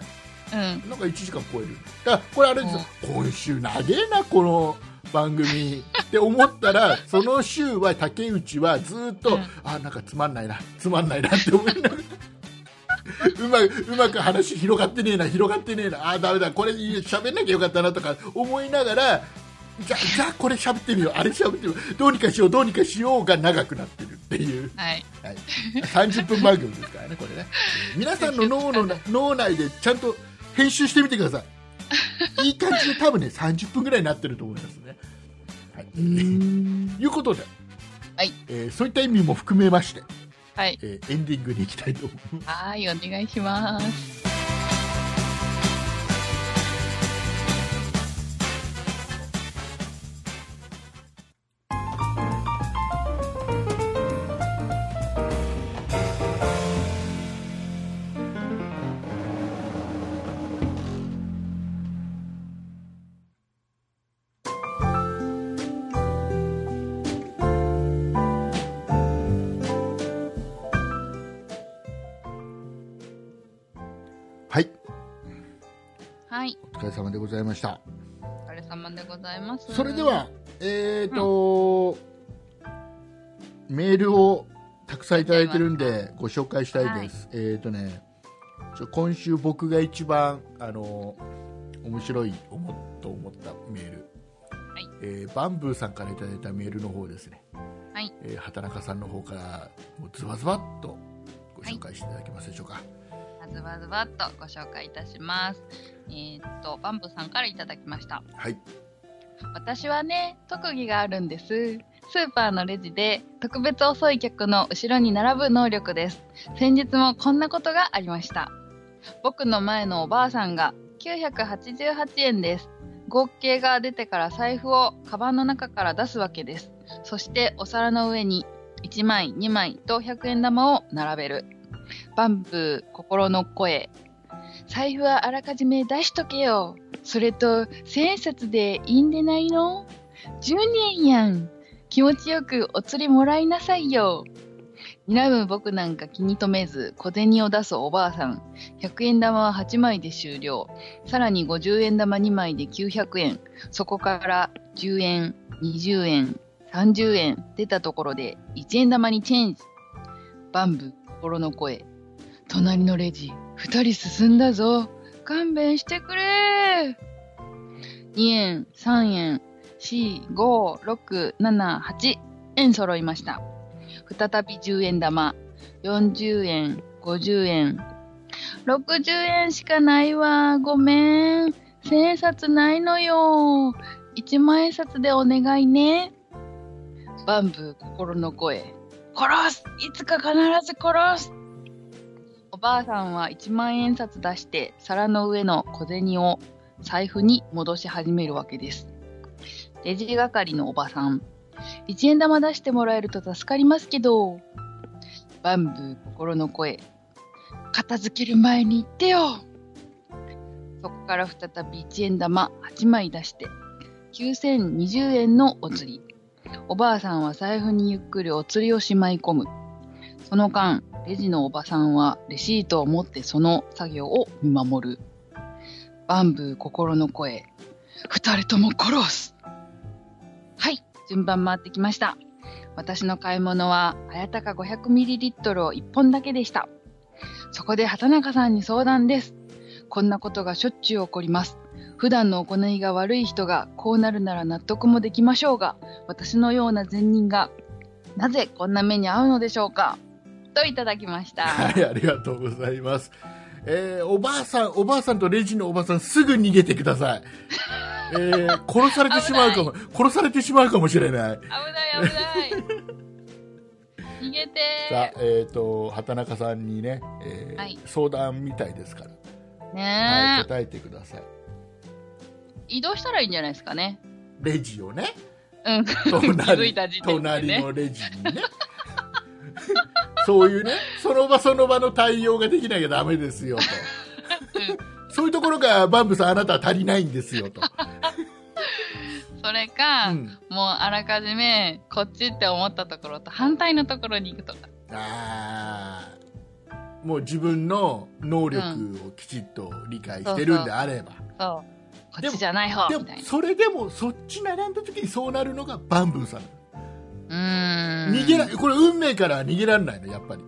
S1: うん。
S2: なんか1時間超えるだからこれあれですよ、今週長えなこの番組って思った らその週は竹内はずっと、
S1: うん
S2: あなんかつまんないなつまんないなって思いながらうまくうまく話広がってねえな広がってねえなあーダメだこれ喋んなきゃよかったなとか思いながらじゃじゃあこれ喋ってみようあれ喋ってみようどうにかしようどうにかしようが長くなってるっていう。
S1: はい。
S2: はい、30分番組ですからね、これね。皆さんの脳の脳内でちゃんと編集してみてください。いい感じで多分ね、30分ぐらいになってると思いますね。はい、いうことで、
S1: はい
S2: えーそういった意味も含めまして、
S1: はい。
S2: えーエンディングに行きたいと思います。
S1: はい、お願いします。
S2: はい、
S1: はい。
S2: お疲れ様でございました。
S1: お疲れ様でございます。
S2: それで、は、えーと、メールをたくさんいただいてるんで、ご紹介したいです。えーとね、ちょ今週僕が一番、あの、面白い思と思ったメール、
S1: い
S2: えーバンブーさんからいただいたメールの方ですね、
S1: はい。
S2: えー畑中さんの方から、もうズバズバっとご紹介していただけますでしょうか。
S1: ズバズバっとご紹介いたします。えーっと、バンブさんからいただきました。
S2: はい。
S1: 私はね、特技があるんです。スーパーのレジで特別遅い客の後ろに並ぶ能力です。先日もこんなことがありました。僕の前のおばあさんが988円です。合計が出てから財布をカバンの中から出すわけです。そしてお皿の上に1枚、2枚と100円玉を並べる。バンブー心の声。財布はあらかじめ出しとけよ。それと、千円札でいいんでないの ?10 年やん。気持ちよくお釣りもらいなさいよ。睨む僕なんか気に留めず、小銭を出すおばあさん。100円玉は8枚で終了。さらに50円玉2枚で900円。そこから10円、20円、30円出たところで1円玉にチェンジ。バンブ、心の声。隣のレジ、2人進んだぞ。勘弁してくれ2円、3円、4、5、6、7、8円揃いました。再び10円玉、40円、50円、60円しかないわ。ごめん。千円札ないのよ。一万円札でお願いね。バンブー心の声殺すいつか必ず殺すおばあさんは一万円札出して皿の上の小銭を財布に戻し始めるわけですレジ係のおばさん一円玉出してもらえると助かりますけどバンブー心の声片付ける前に言ってよそこから再び一円玉8枚出して9020円のお釣りおばあさんは財布にゆっくりお釣りをしまい込むその間レジのおばさんはレシートを持ってその作業を見守るバンブー心の声二人とも殺すはい順番回ってきました私の買い物は綾鷹 500ml を1本だけでしたそこで畑中さんに相談ですこんなことがしょっちゅう起こります普段の行いが悪い人がこうなるなら納得もできましょうが私のような善人がなぜこんな目に遭うのでしょうかといただきま した
S2: はい、ありがとうございます。えーおばあさん、おばあさんとレジのおばさん、すぐ逃げてください。えー殺されてしまうかも、殺されてしまうかもしれない。
S1: 危ない 危ない逃げ
S2: さあ
S1: て、
S2: えっ、と、畑中さんにね、えー
S1: はい
S2: 相談みたいですから、
S1: ーね
S2: はい、
S1: え、
S2: 答えてください。
S1: 移動したらいいんじゃないですかね
S2: レジをね、
S1: うん気づい
S2: 隣
S1: た時点で
S2: 隣
S1: ね
S2: のレジにね。 そういうね、その場その場の対応ができなきゃダメです よと。そういうところが、バンブさん、あなたは足りないんですよと。
S1: それか、
S2: うん
S1: もうあらかじめこっちって思ったところと反対のところに行くとか
S2: あーもう自分の能力をきちっと理解してるんであれば、
S1: そうこっちじゃない方みた
S2: で
S1: い
S2: も
S1: な
S2: それでもそっち並んだ時にそうなるのがバンブーさん、
S1: うーん
S2: 逃げらこれ運命からは逃げられないのやっぱり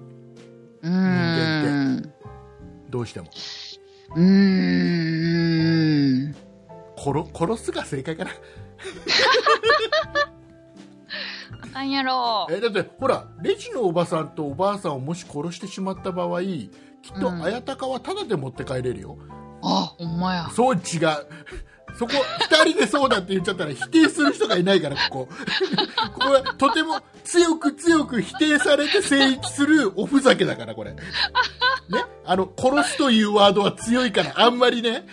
S1: う
S2: 間
S1: ーん
S2: どうしても
S1: うーん
S2: 殺殺すが正解かな、
S1: あかんやろ
S2: えだってほらレジのおばさんとおばあさんをもし殺してしまった場合きっと
S1: うん
S2: 綾鷹はタダで持って帰れるよ、
S1: あほんまや
S2: そう違うそこ2人でそうだって言っちゃったら否定する人がいないからここここはとても強く強く否定されて成立するおふざけだからこれねあの殺すというワードは強いからあんまりね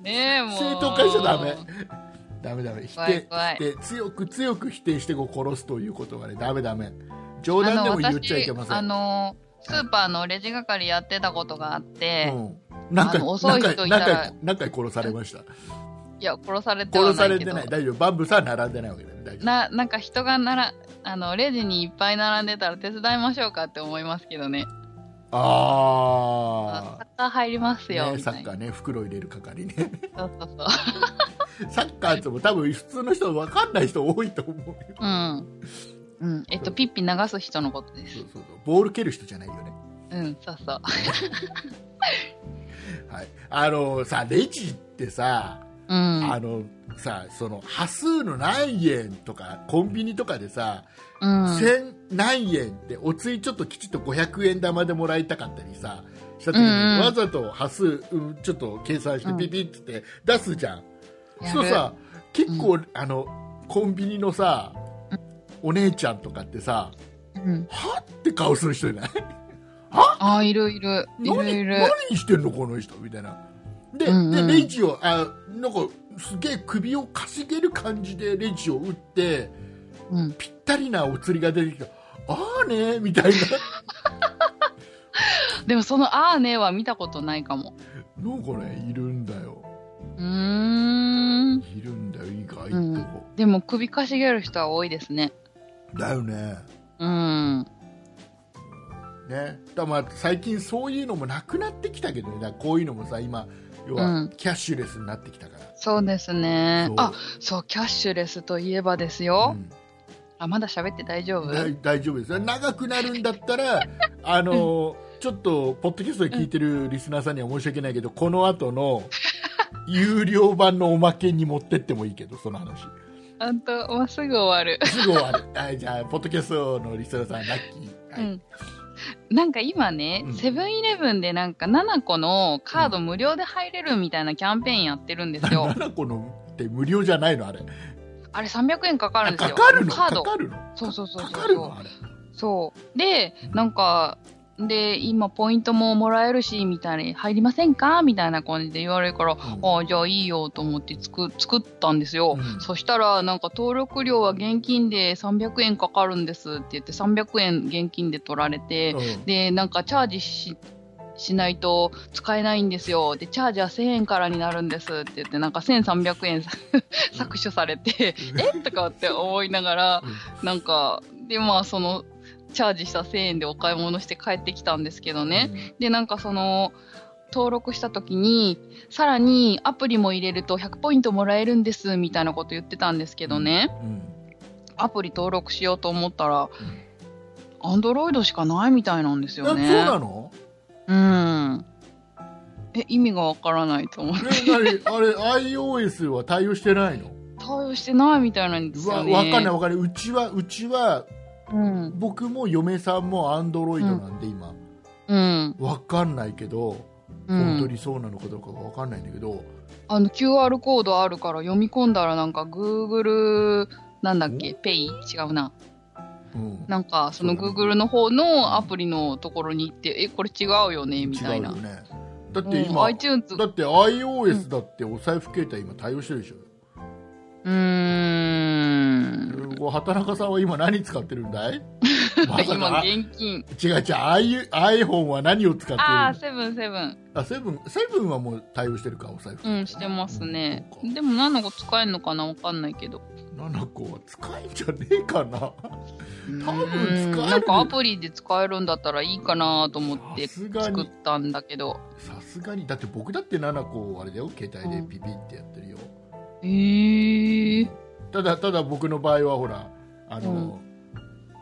S1: ねえもう
S2: 正当化しちゃダメダメダメ否
S1: 怖い
S2: 定
S1: 怖い
S2: 否定強く強く否定してこう殺すということがねダメダメ冗談でも言っちゃいけません
S1: あの私あのスーパーのレジ係やってたことがあって、
S2: うん、何回
S1: あの遅い
S2: 何
S1: 人
S2: 回
S1: いたら
S2: 何回何回殺されました
S1: いや殺されては
S2: 殺
S1: ない
S2: され
S1: け
S2: て
S1: ど
S2: ない大丈夫バンブーさんは並んでないわけだよ大丈夫
S1: ななんか人がならあのレジにいっぱい並んでたら手伝いましょうかって思いますけどね
S2: あ
S1: サッカー入りますよ、
S2: あ、ね、
S1: み
S2: サ
S1: たい
S2: ッ
S1: な
S2: カーね袋入れる係ね
S1: そうそうそう
S2: サッカーっても多分普通の人は分かんない人多いと思うよ
S1: うん、うん、えっとピッピ流す人のことで
S2: そ
S1: す
S2: うそうそうボール蹴る人じゃないよね
S1: うんそうそう
S2: はいあのさレジってさ、
S1: うん
S2: あのさその端数の何円とかコンビニとかでさ、
S1: うん
S2: 千何円ってお釣りちょっときちっと500円玉でもらいたかったりさした時に、
S1: うんうん
S2: わざと端数、うんちょっと計算して
S1: うん
S2: ピピッつって出すじゃん、
S1: や
S2: そう
S1: る
S2: さ結構、あのコンビニのさお姉ちゃんとかってさ
S1: うん、
S2: はって顔する人いない
S1: ああいるいるい
S2: 何
S1: るいる
S2: 何してんのこの人みたいなで,、
S1: うんうん
S2: でレジをあなんかすげえ首をかしげる感じでレジを打って
S1: うん、
S2: ぴったりなお釣りが出てきたああねみたいな
S1: でもその「あーね」は見たことないかも
S2: なんかねいるんだよ
S1: うーん
S2: いるんだよ意外と、
S1: うんでも首かしげる人は多いですね
S2: だよね
S1: うん
S2: ね、だからまあ最近そういうのもなくなってきたけどねだからこういうのもさ今要
S1: う
S2: は
S1: ん
S2: キャッシュレスになってきたから、
S1: そうですね
S2: そう
S1: あそうキャッシュレスといえばですよ、
S2: うん
S1: あまだ喋って大丈夫
S2: だい大丈夫です長くなるんだっ たらあのちょっとポッドキャストで聞いてるリスナーさんには申し訳ないけどこの後の有料版のおまけに持ってってもいいけどその話
S1: あんともうすぐ終わる
S2: すぐ終 わるはいじゃあポッドキャストのリスナーさんラッキー、はい
S1: うん、 なんか今ね
S2: うん
S1: セブンイレブンでなんか7個のカード 無料で入れるみたいなキャンペーンやってるんですよ、
S2: 7個のって無料じゃないのあれ
S1: あれ300円かかるんです
S2: か
S1: よ。
S2: かるの
S1: カード。
S2: かかるの
S1: そうそうそう
S2: か
S1: そう。
S2: かるのあれ
S1: そう。で、なんか、で、今、ポイントももらえるし、みたいに、入りませんかみたいな感じで言われるから、
S2: ん
S1: ああ、じゃあいいよと思って作作ったんですよ。
S2: うん
S1: そしたら、なんか、登録料は現金で300円かかるんですって言って、300円現金で取られて、
S2: うん
S1: で、なんか、チャージし、しないと使えないんですよ。で、チャージは1000円からになるんですって言って、なんか1300円搾取されて、えとかって思いながら、なんか、で、まあ、その、チャージした1000円でお買い物して帰ってきたんですけどね。で、なんかその、登録した時に、さらにアプリも入れると100ポイントもらえるんです、みたいなこと言ってたんですけどね。
S2: うん
S1: アプリ登録しようと思ったら、アンドロイドしかないみたいなんです
S2: あそ
S1: よ
S2: う
S1: ね。
S2: なの
S1: うん。え、意味がわからないと思う。
S2: ねなにあれ iOS は対応してないの
S1: 対応してないみたいなんです
S2: うわ
S1: よ
S2: 分
S1: ね。
S2: かんない分かんないうちはうちは
S1: うん。
S2: 僕も嫁さんもアンドロイドなんで今、
S1: うん。
S2: わ分かんないけど
S1: う
S2: 本当
S1: ん。
S2: にそうなのかどうかが分かんないんだけど、
S1: あの、QR コードあるから読み込んだらなんか Google、なんだっけ、ペイ違うな。
S2: うん
S1: なんか、その
S2: そうだね
S1: Google の方のアプリのところに行って、え、これ違うよね、みたいな。
S2: 違うよねだって
S1: うん、
S2: 今、
S1: iTunes、
S2: だって iOS だってお財布携帯今対応してるでしょ、
S1: うーん。
S2: 畑中さんは今何使ってる んだいまさ
S1: 今、
S2: か違う
S1: 現金。
S2: 違う iU- iPhone は何を使ってる
S1: ああ、セブン、セブン。
S2: あセブンセブンはもう対応してるかお財布
S1: うん、してますね
S2: そう。か
S1: でも、何の子使えるのかなわかんないけど。
S2: 七子は使えんじゃねえかな多分使え
S1: う
S2: る
S1: んなんかアプリで使えるんだったらいいかなと思って
S2: さすがに
S1: 作ったんだけど。
S2: さすがにだって僕だって七子あれだよ携帯で
S1: うん
S2: ピピってやってるよ、
S1: えー。
S2: ただただ僕の場合はほらあの、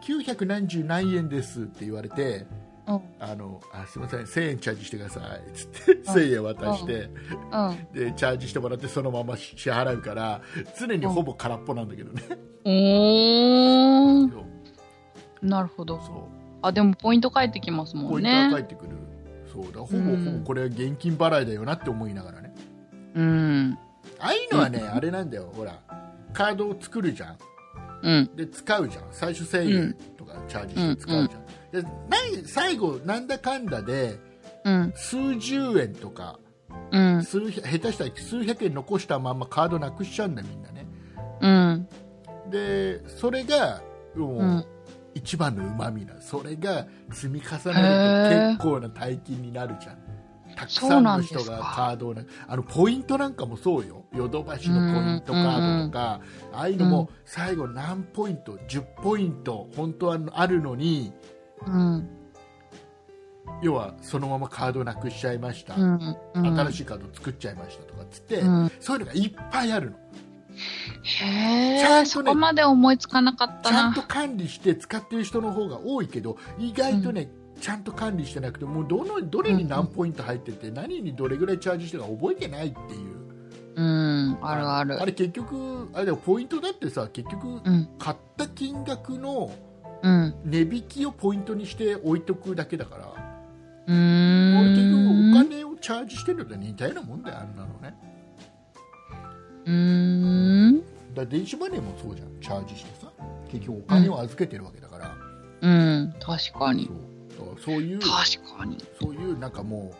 S2: 900何十何円ですって言われて
S1: うん。うん。
S2: あのあすいません1000円チャージしてくださいっつって1000円渡してでチャージしてもらってそのまま支払うから常にほぼ空っぽなんだけどね、
S1: おー。
S2: そう
S1: なるほど。
S2: そ
S1: あ、でもポイント返ってきます
S2: う
S1: も
S2: ポイ
S1: ん
S2: ントが
S1: ね
S2: 返。ってくるそうだほぼ
S1: うん
S2: ほぼこれは現金払いだよなって思いながらね
S1: うん。
S2: ああいうのはね、あれなんだよほらカードを作るじゃん
S1: うん。
S2: で使うじゃん最初1000円とかチャージして使うじゃん、でない最後なんだかんだで
S1: うん。
S2: 数十円とか
S1: うん。
S2: 数百下手したら数百円残したまんまカードなくしちゃうんだみんなね
S1: うん。
S2: でそれがもう、
S1: うん
S2: 一番のうまみなそれが積み重ねると結構な大金になるじゃんたくさんの人
S1: そう
S2: が
S1: なんですか
S2: カードをなあのポイントなんかもそうよヨドバシのポイントカードとか、ああいうのも最後何ポイント10ポイント本当はあるのに
S1: うん。
S2: 要はそのままカードなくしちゃいました、
S1: うん。
S2: 新
S1: い。
S2: しいカード作っちゃいましたとかっつって、
S1: うん
S2: そういうのがいっぱいあるの
S1: へ
S2: ちゃんとね
S1: え、そこまで思いつかなかっ
S2: ち
S1: た
S2: ゃん
S1: な
S2: と。管理して使ってる人の方が多いけど意外とね、ちゃんと管理してなくてもうどのどれに何ポイント入ってて、何にどれぐらいチャージしてるか覚えてないっていう
S1: うん。あるあ
S2: あ
S1: る。
S2: れ結局あれだよポイントだってさ結局
S1: うん。
S2: 買った金額の
S1: うん。
S2: 値引きをポイントにして置いとくだけだから、
S1: う
S2: 俺結
S1: ーん。
S2: 局お金をチャージしてるのと似たようなもんだよあんなのね
S1: うーん。
S2: だから電子マネーもそうじゃんチャージしてさ結局お金を預けてるわけだから、
S1: うん。確かに
S2: そ。うだからそういう
S1: 確かに。
S2: そういうなんかも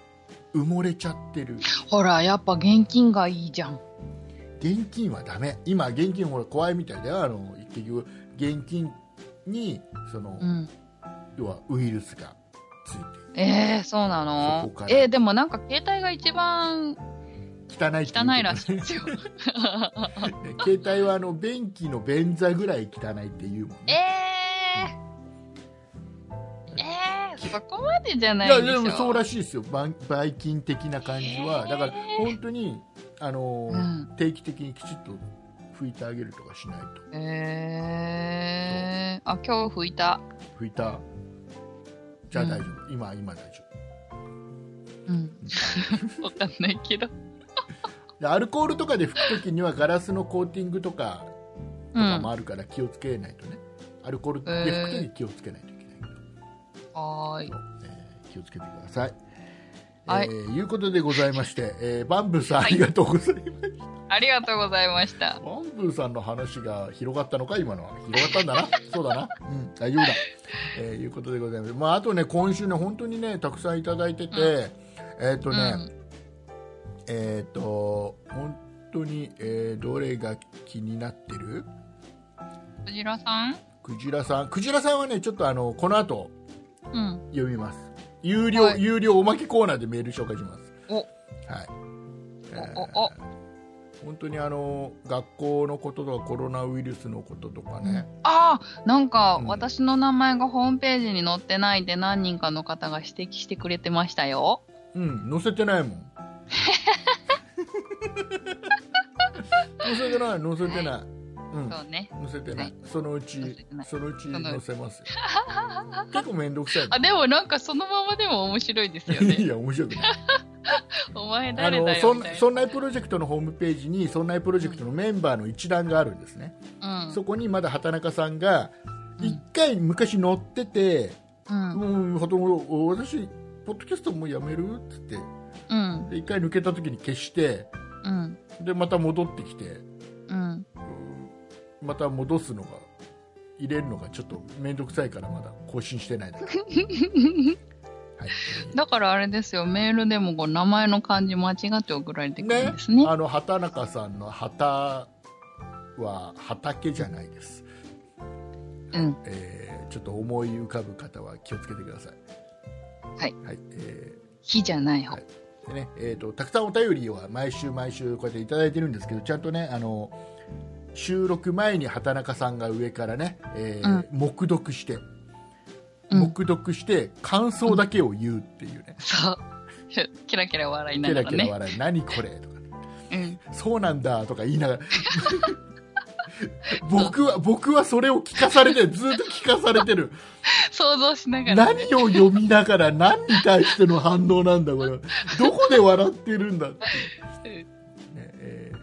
S2: う埋もれちゃってる
S1: ほら、やっぱ現金がいいじゃん。
S2: 現金はダメ今現金ほら怖いみたいだよあの結局現金にその、
S1: うん。
S2: 要はウイルスがついて
S1: えー、そうな
S2: そ
S1: の
S2: こから
S1: えー、でもなんか携帯が一番
S2: 汚いって
S1: 汚
S2: うけど
S1: いらしいです よ。
S2: 携帯はあの便器の便座ぐらい汚いっていうもん
S1: えー
S2: ね、
S1: えー、そこまでじゃないい
S2: や
S1: でしょ。
S2: でもそうらしいですよばんばい菌的な感じは、
S1: えー
S2: だから本当にあの、
S1: うん
S2: 定期的にきちっと拭いてあげるとかしないと
S1: えー、あ、今日拭いた。
S2: 拭いたじゃあ大丈夫、今今大丈
S1: う
S2: 夫
S1: ん。 わかんないけど。
S2: でアルコールとかで拭くときにはガラスのコーティングとか
S1: う
S2: とか
S1: ん。
S2: も
S1: あ
S2: あるから気をつけないとね、アルコールで拭くときに気をつけないといけないけど、
S1: ーい。
S2: えー気をつけてください、え
S1: はい
S2: えーいうことでございまして、えーバンブーさんあ
S1: はい
S2: りがとうございます、
S1: ありがとうございました。
S2: バンブーさんの話が広がったのか今のは広がったんだなそうだなうん大丈夫だ、えーいうことでございますまああとね今週ね本当にねたくさんいただいてて、
S1: う
S2: えっ、と
S1: う
S2: ね、
S1: ん。
S2: えっ、と本当に、えーどれが気になってる
S1: クジラさん
S2: クジラさんクジラさんはねちょっとあのこの後
S1: うん。
S2: 読みます有料、
S1: はい
S2: 有料おまけコーナーでメール紹介します
S1: お
S2: はい
S1: おおお。
S2: 本当にあの学校のこととかコロナウイルスのこととかね、
S1: ああ、なんか
S2: うん
S1: 私の名前がホームページに載ってないで何人かの方が指摘してくれてましたよ。
S2: うん載せてないも ん載せてない載せてない、うん、載
S1: そうね。
S2: せてない、
S1: はい
S2: そのうち
S1: 載せてない
S2: そのうち
S1: その
S2: 載せ ますよ結構面倒くさいも
S1: あ、
S2: ん
S1: でもなんかそのままでも面白いですよね
S2: い。や面白くない
S1: お前
S2: あ
S1: 誰
S2: の
S1: だ
S2: そ
S1: よ
S2: ん
S1: みたいな。
S2: そんないプロジェクトのホームページにそんないプロジェクトのメンバーの一覧があるんですね、
S1: うん
S2: そこにまだ畑中さんが
S1: うん
S2: 一回昔乗ってて、
S1: うん。
S2: もうほとんど私ポッドキャストもうやめるっつって
S1: うん。
S2: で一回抜けた時に消して
S1: うん。
S2: でまた戻ってきて
S1: うん。
S2: うんまた戻すのが入れるのがちょっと面倒くさいからまだ更新して ないだけ、はい
S1: だからあれですよ、メールでもこう名前の漢字間違って送られてくるんですね。
S2: あの畑中さんの畑は畑じゃないです、
S1: うん。
S2: えーちょっと思い浮かぶ方は気をつけてください
S1: はい、
S2: はいえ
S1: 火じゃない方。
S2: はいーでねえー、とたくさんお便りは毎週毎週こうやっていただいてるんですけどちゃんとねあの収録前に畑中さんが上からね、えー黙読して
S1: うん
S2: 黙読して感想だけを言うっていうね、
S1: そう。 キラキラ笑いな
S2: ケ
S1: が
S2: ラ
S1: ら
S2: ケラ
S1: ね。
S2: 笑い、何これとか、
S1: うん。
S2: そうなんだとか言 いながら、僕は、僕はそれを聞かされて、ずっと聞かされてる。
S1: 想像しながら。
S2: 何を読みながら、何に対しての反応なんだ、これは。どこで笑ってるんだって、
S1: うん
S2: ねえー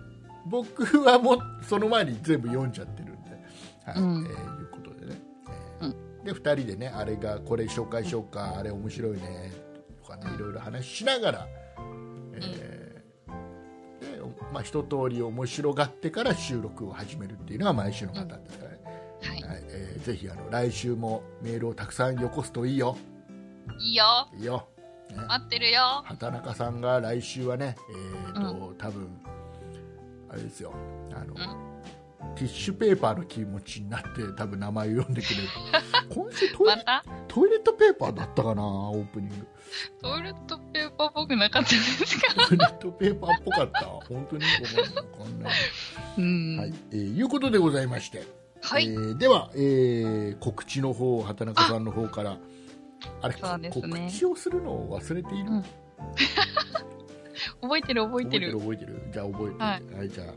S2: 僕はもう、その前に全部読んじゃってるんで、はい、
S1: うん
S2: えーいうことでね。えーで、2人でね、あれが、これ紹介しようか、あれ面白いね、とかね、いろいろ話しながら、えーでまあ、一通り面白がってから収録を始めるっていうのが毎週のパターンですからね、
S1: は
S2: はいえーぜひあの来週もメールをたくさんよこすといいよ
S1: い。いいよ。
S2: いいよ
S1: 待ってるよ。
S2: 畑中さんが来週はね、えーと多分あれですよあの、ティッシュペーパーの気持ちになって多分名前を読んでく れる今週トイ
S1: ま
S2: レ
S1: た
S2: トイレットペーパーだったかなオープニング
S1: トイレットペーパーっぽくなかったですか
S2: トイレットペーパーっぽかった本当にごめんわかんない
S1: うん。
S2: はい、えーいうことでございまして、
S1: はい
S2: えーでは、えー告知の方畑中さんの方からあれ、
S1: そうですね
S2: 告知をするのを忘れている、
S1: うん覚えてる覚えてる。
S2: 覚えてるじゃあ覚えてる
S1: は
S2: はい、じゃあ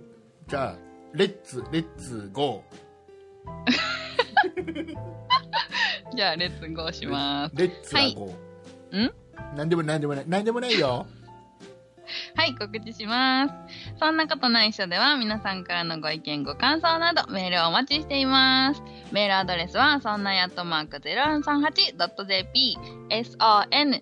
S2: じゃあレッツレッツゴ
S1: じゃあ、レッツゴーします。
S2: ーレッツはゴー、
S1: はいん
S2: なんでもなんでもないなんでもないよ
S1: はい、告知します。そんなことないっしょでは、皆さんからのご意見、ご感想など、メールをお待ちしています。メールアドレスは、そんなやっとマーク 0438.jp、sonnai、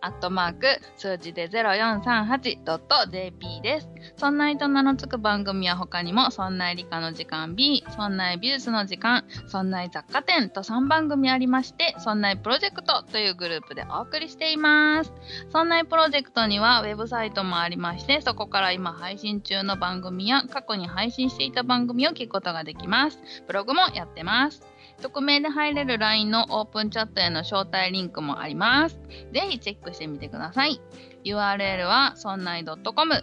S1: アットマーク、数字で 0438.jp です。そんないと名の付く番組は他にも、そんない理科の時間 B、そんない美術の時間、そんない雑貨店と3番組ありまして、そんないプロジェクトというグループでお送りしています。そんないプロジェクトにはウェブサイトもありまして、そこから今配信中の番組や過去に配信していた番組を聞くことができます。ブログもやってます。匿名で入れる LINE のオープンチャットへの招待リンクもあります。ぜひチェックしてみてください。URL はそんない .com、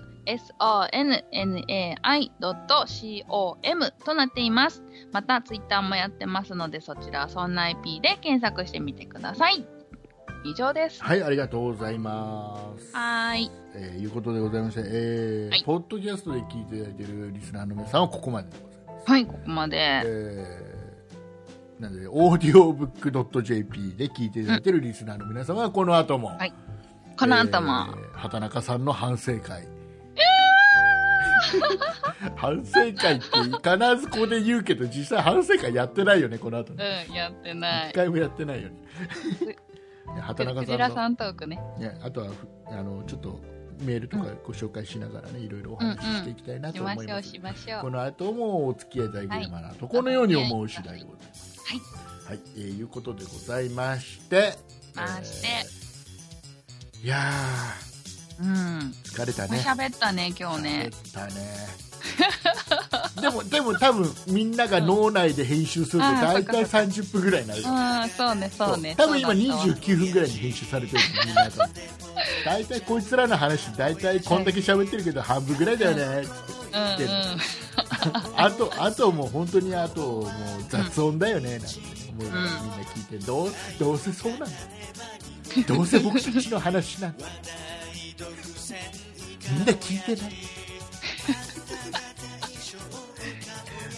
S1: sonnai.com となっています。また Twitter もやってますので、そちらはそんない P で検索してみてください。以上です。
S2: はいありがとうございます
S1: はーい。
S2: えーいうことでございまして、えー
S1: はい
S2: ポッドキャストで聞いていただいているリスナーの皆さんはここまででございます
S1: はい、ここまで。
S2: えーなので、オーディオブックドット JP で聞いていただいているリスナーの皆様は、この後も、
S1: はいこの後も、
S2: えー畑中さんの反省会。反省会って必ずここで言うけど、実際反省会やってないよね、この後ね。
S1: うん、やってな
S2: 一
S1: い。
S2: 回もやってないよね。ね、
S1: く
S2: 畑中
S1: く
S2: さ
S1: じ
S2: ん
S1: ら
S2: の
S1: さんトークね。
S2: ね、あとはふあのちょっとメールとかご紹介しながらね、いろいろお話ししていきたいな
S1: し
S2: と思
S1: まし
S2: います、
S1: ょう、しましょ
S2: こ
S1: う。
S2: の後もお付き合いいただければなと、このように思う次第でございます。
S1: はい、
S2: はい、えーいうことでございまして、
S1: まして
S2: えーいや
S1: うん。
S2: ー疲れたね。
S1: 喋ったね、今日ね。
S2: 疲れたね。 でもでも多分みんなが脳内で編集すると
S1: うんあー
S2: 大体
S1: そ
S2: 30分ぐらいになる。
S1: うん、そうね、そうね。
S2: 多分
S1: そ
S2: 今
S1: うだったわ
S2: 29分ぐらいに編集されてるのみ んなが大体こいつらの話大体こんだけ喋ってるけど半分ぐらいだよね
S1: うん
S2: てるあとあともう本当にあともう雑音だよねなんて思うのがみんな聞いてどうどうせそうなんだどうせ僕たちの話なんだみんな聞いて ない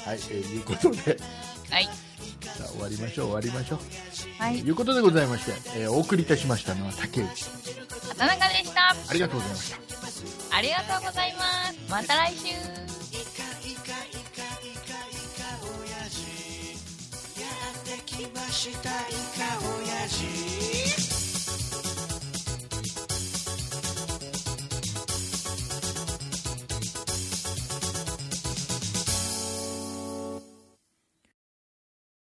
S2: はい、えー、いうことで
S1: うん。はい。
S2: さあ終わりましょう終わりましょう
S1: は
S2: と
S1: い
S2: い。うことでございまして、えーお送りいたしましたのは竹内
S1: 畑中でした。
S2: ありがとうございました
S1: ありがとうございます。また来週。
S3: やってきましたイカオヤジ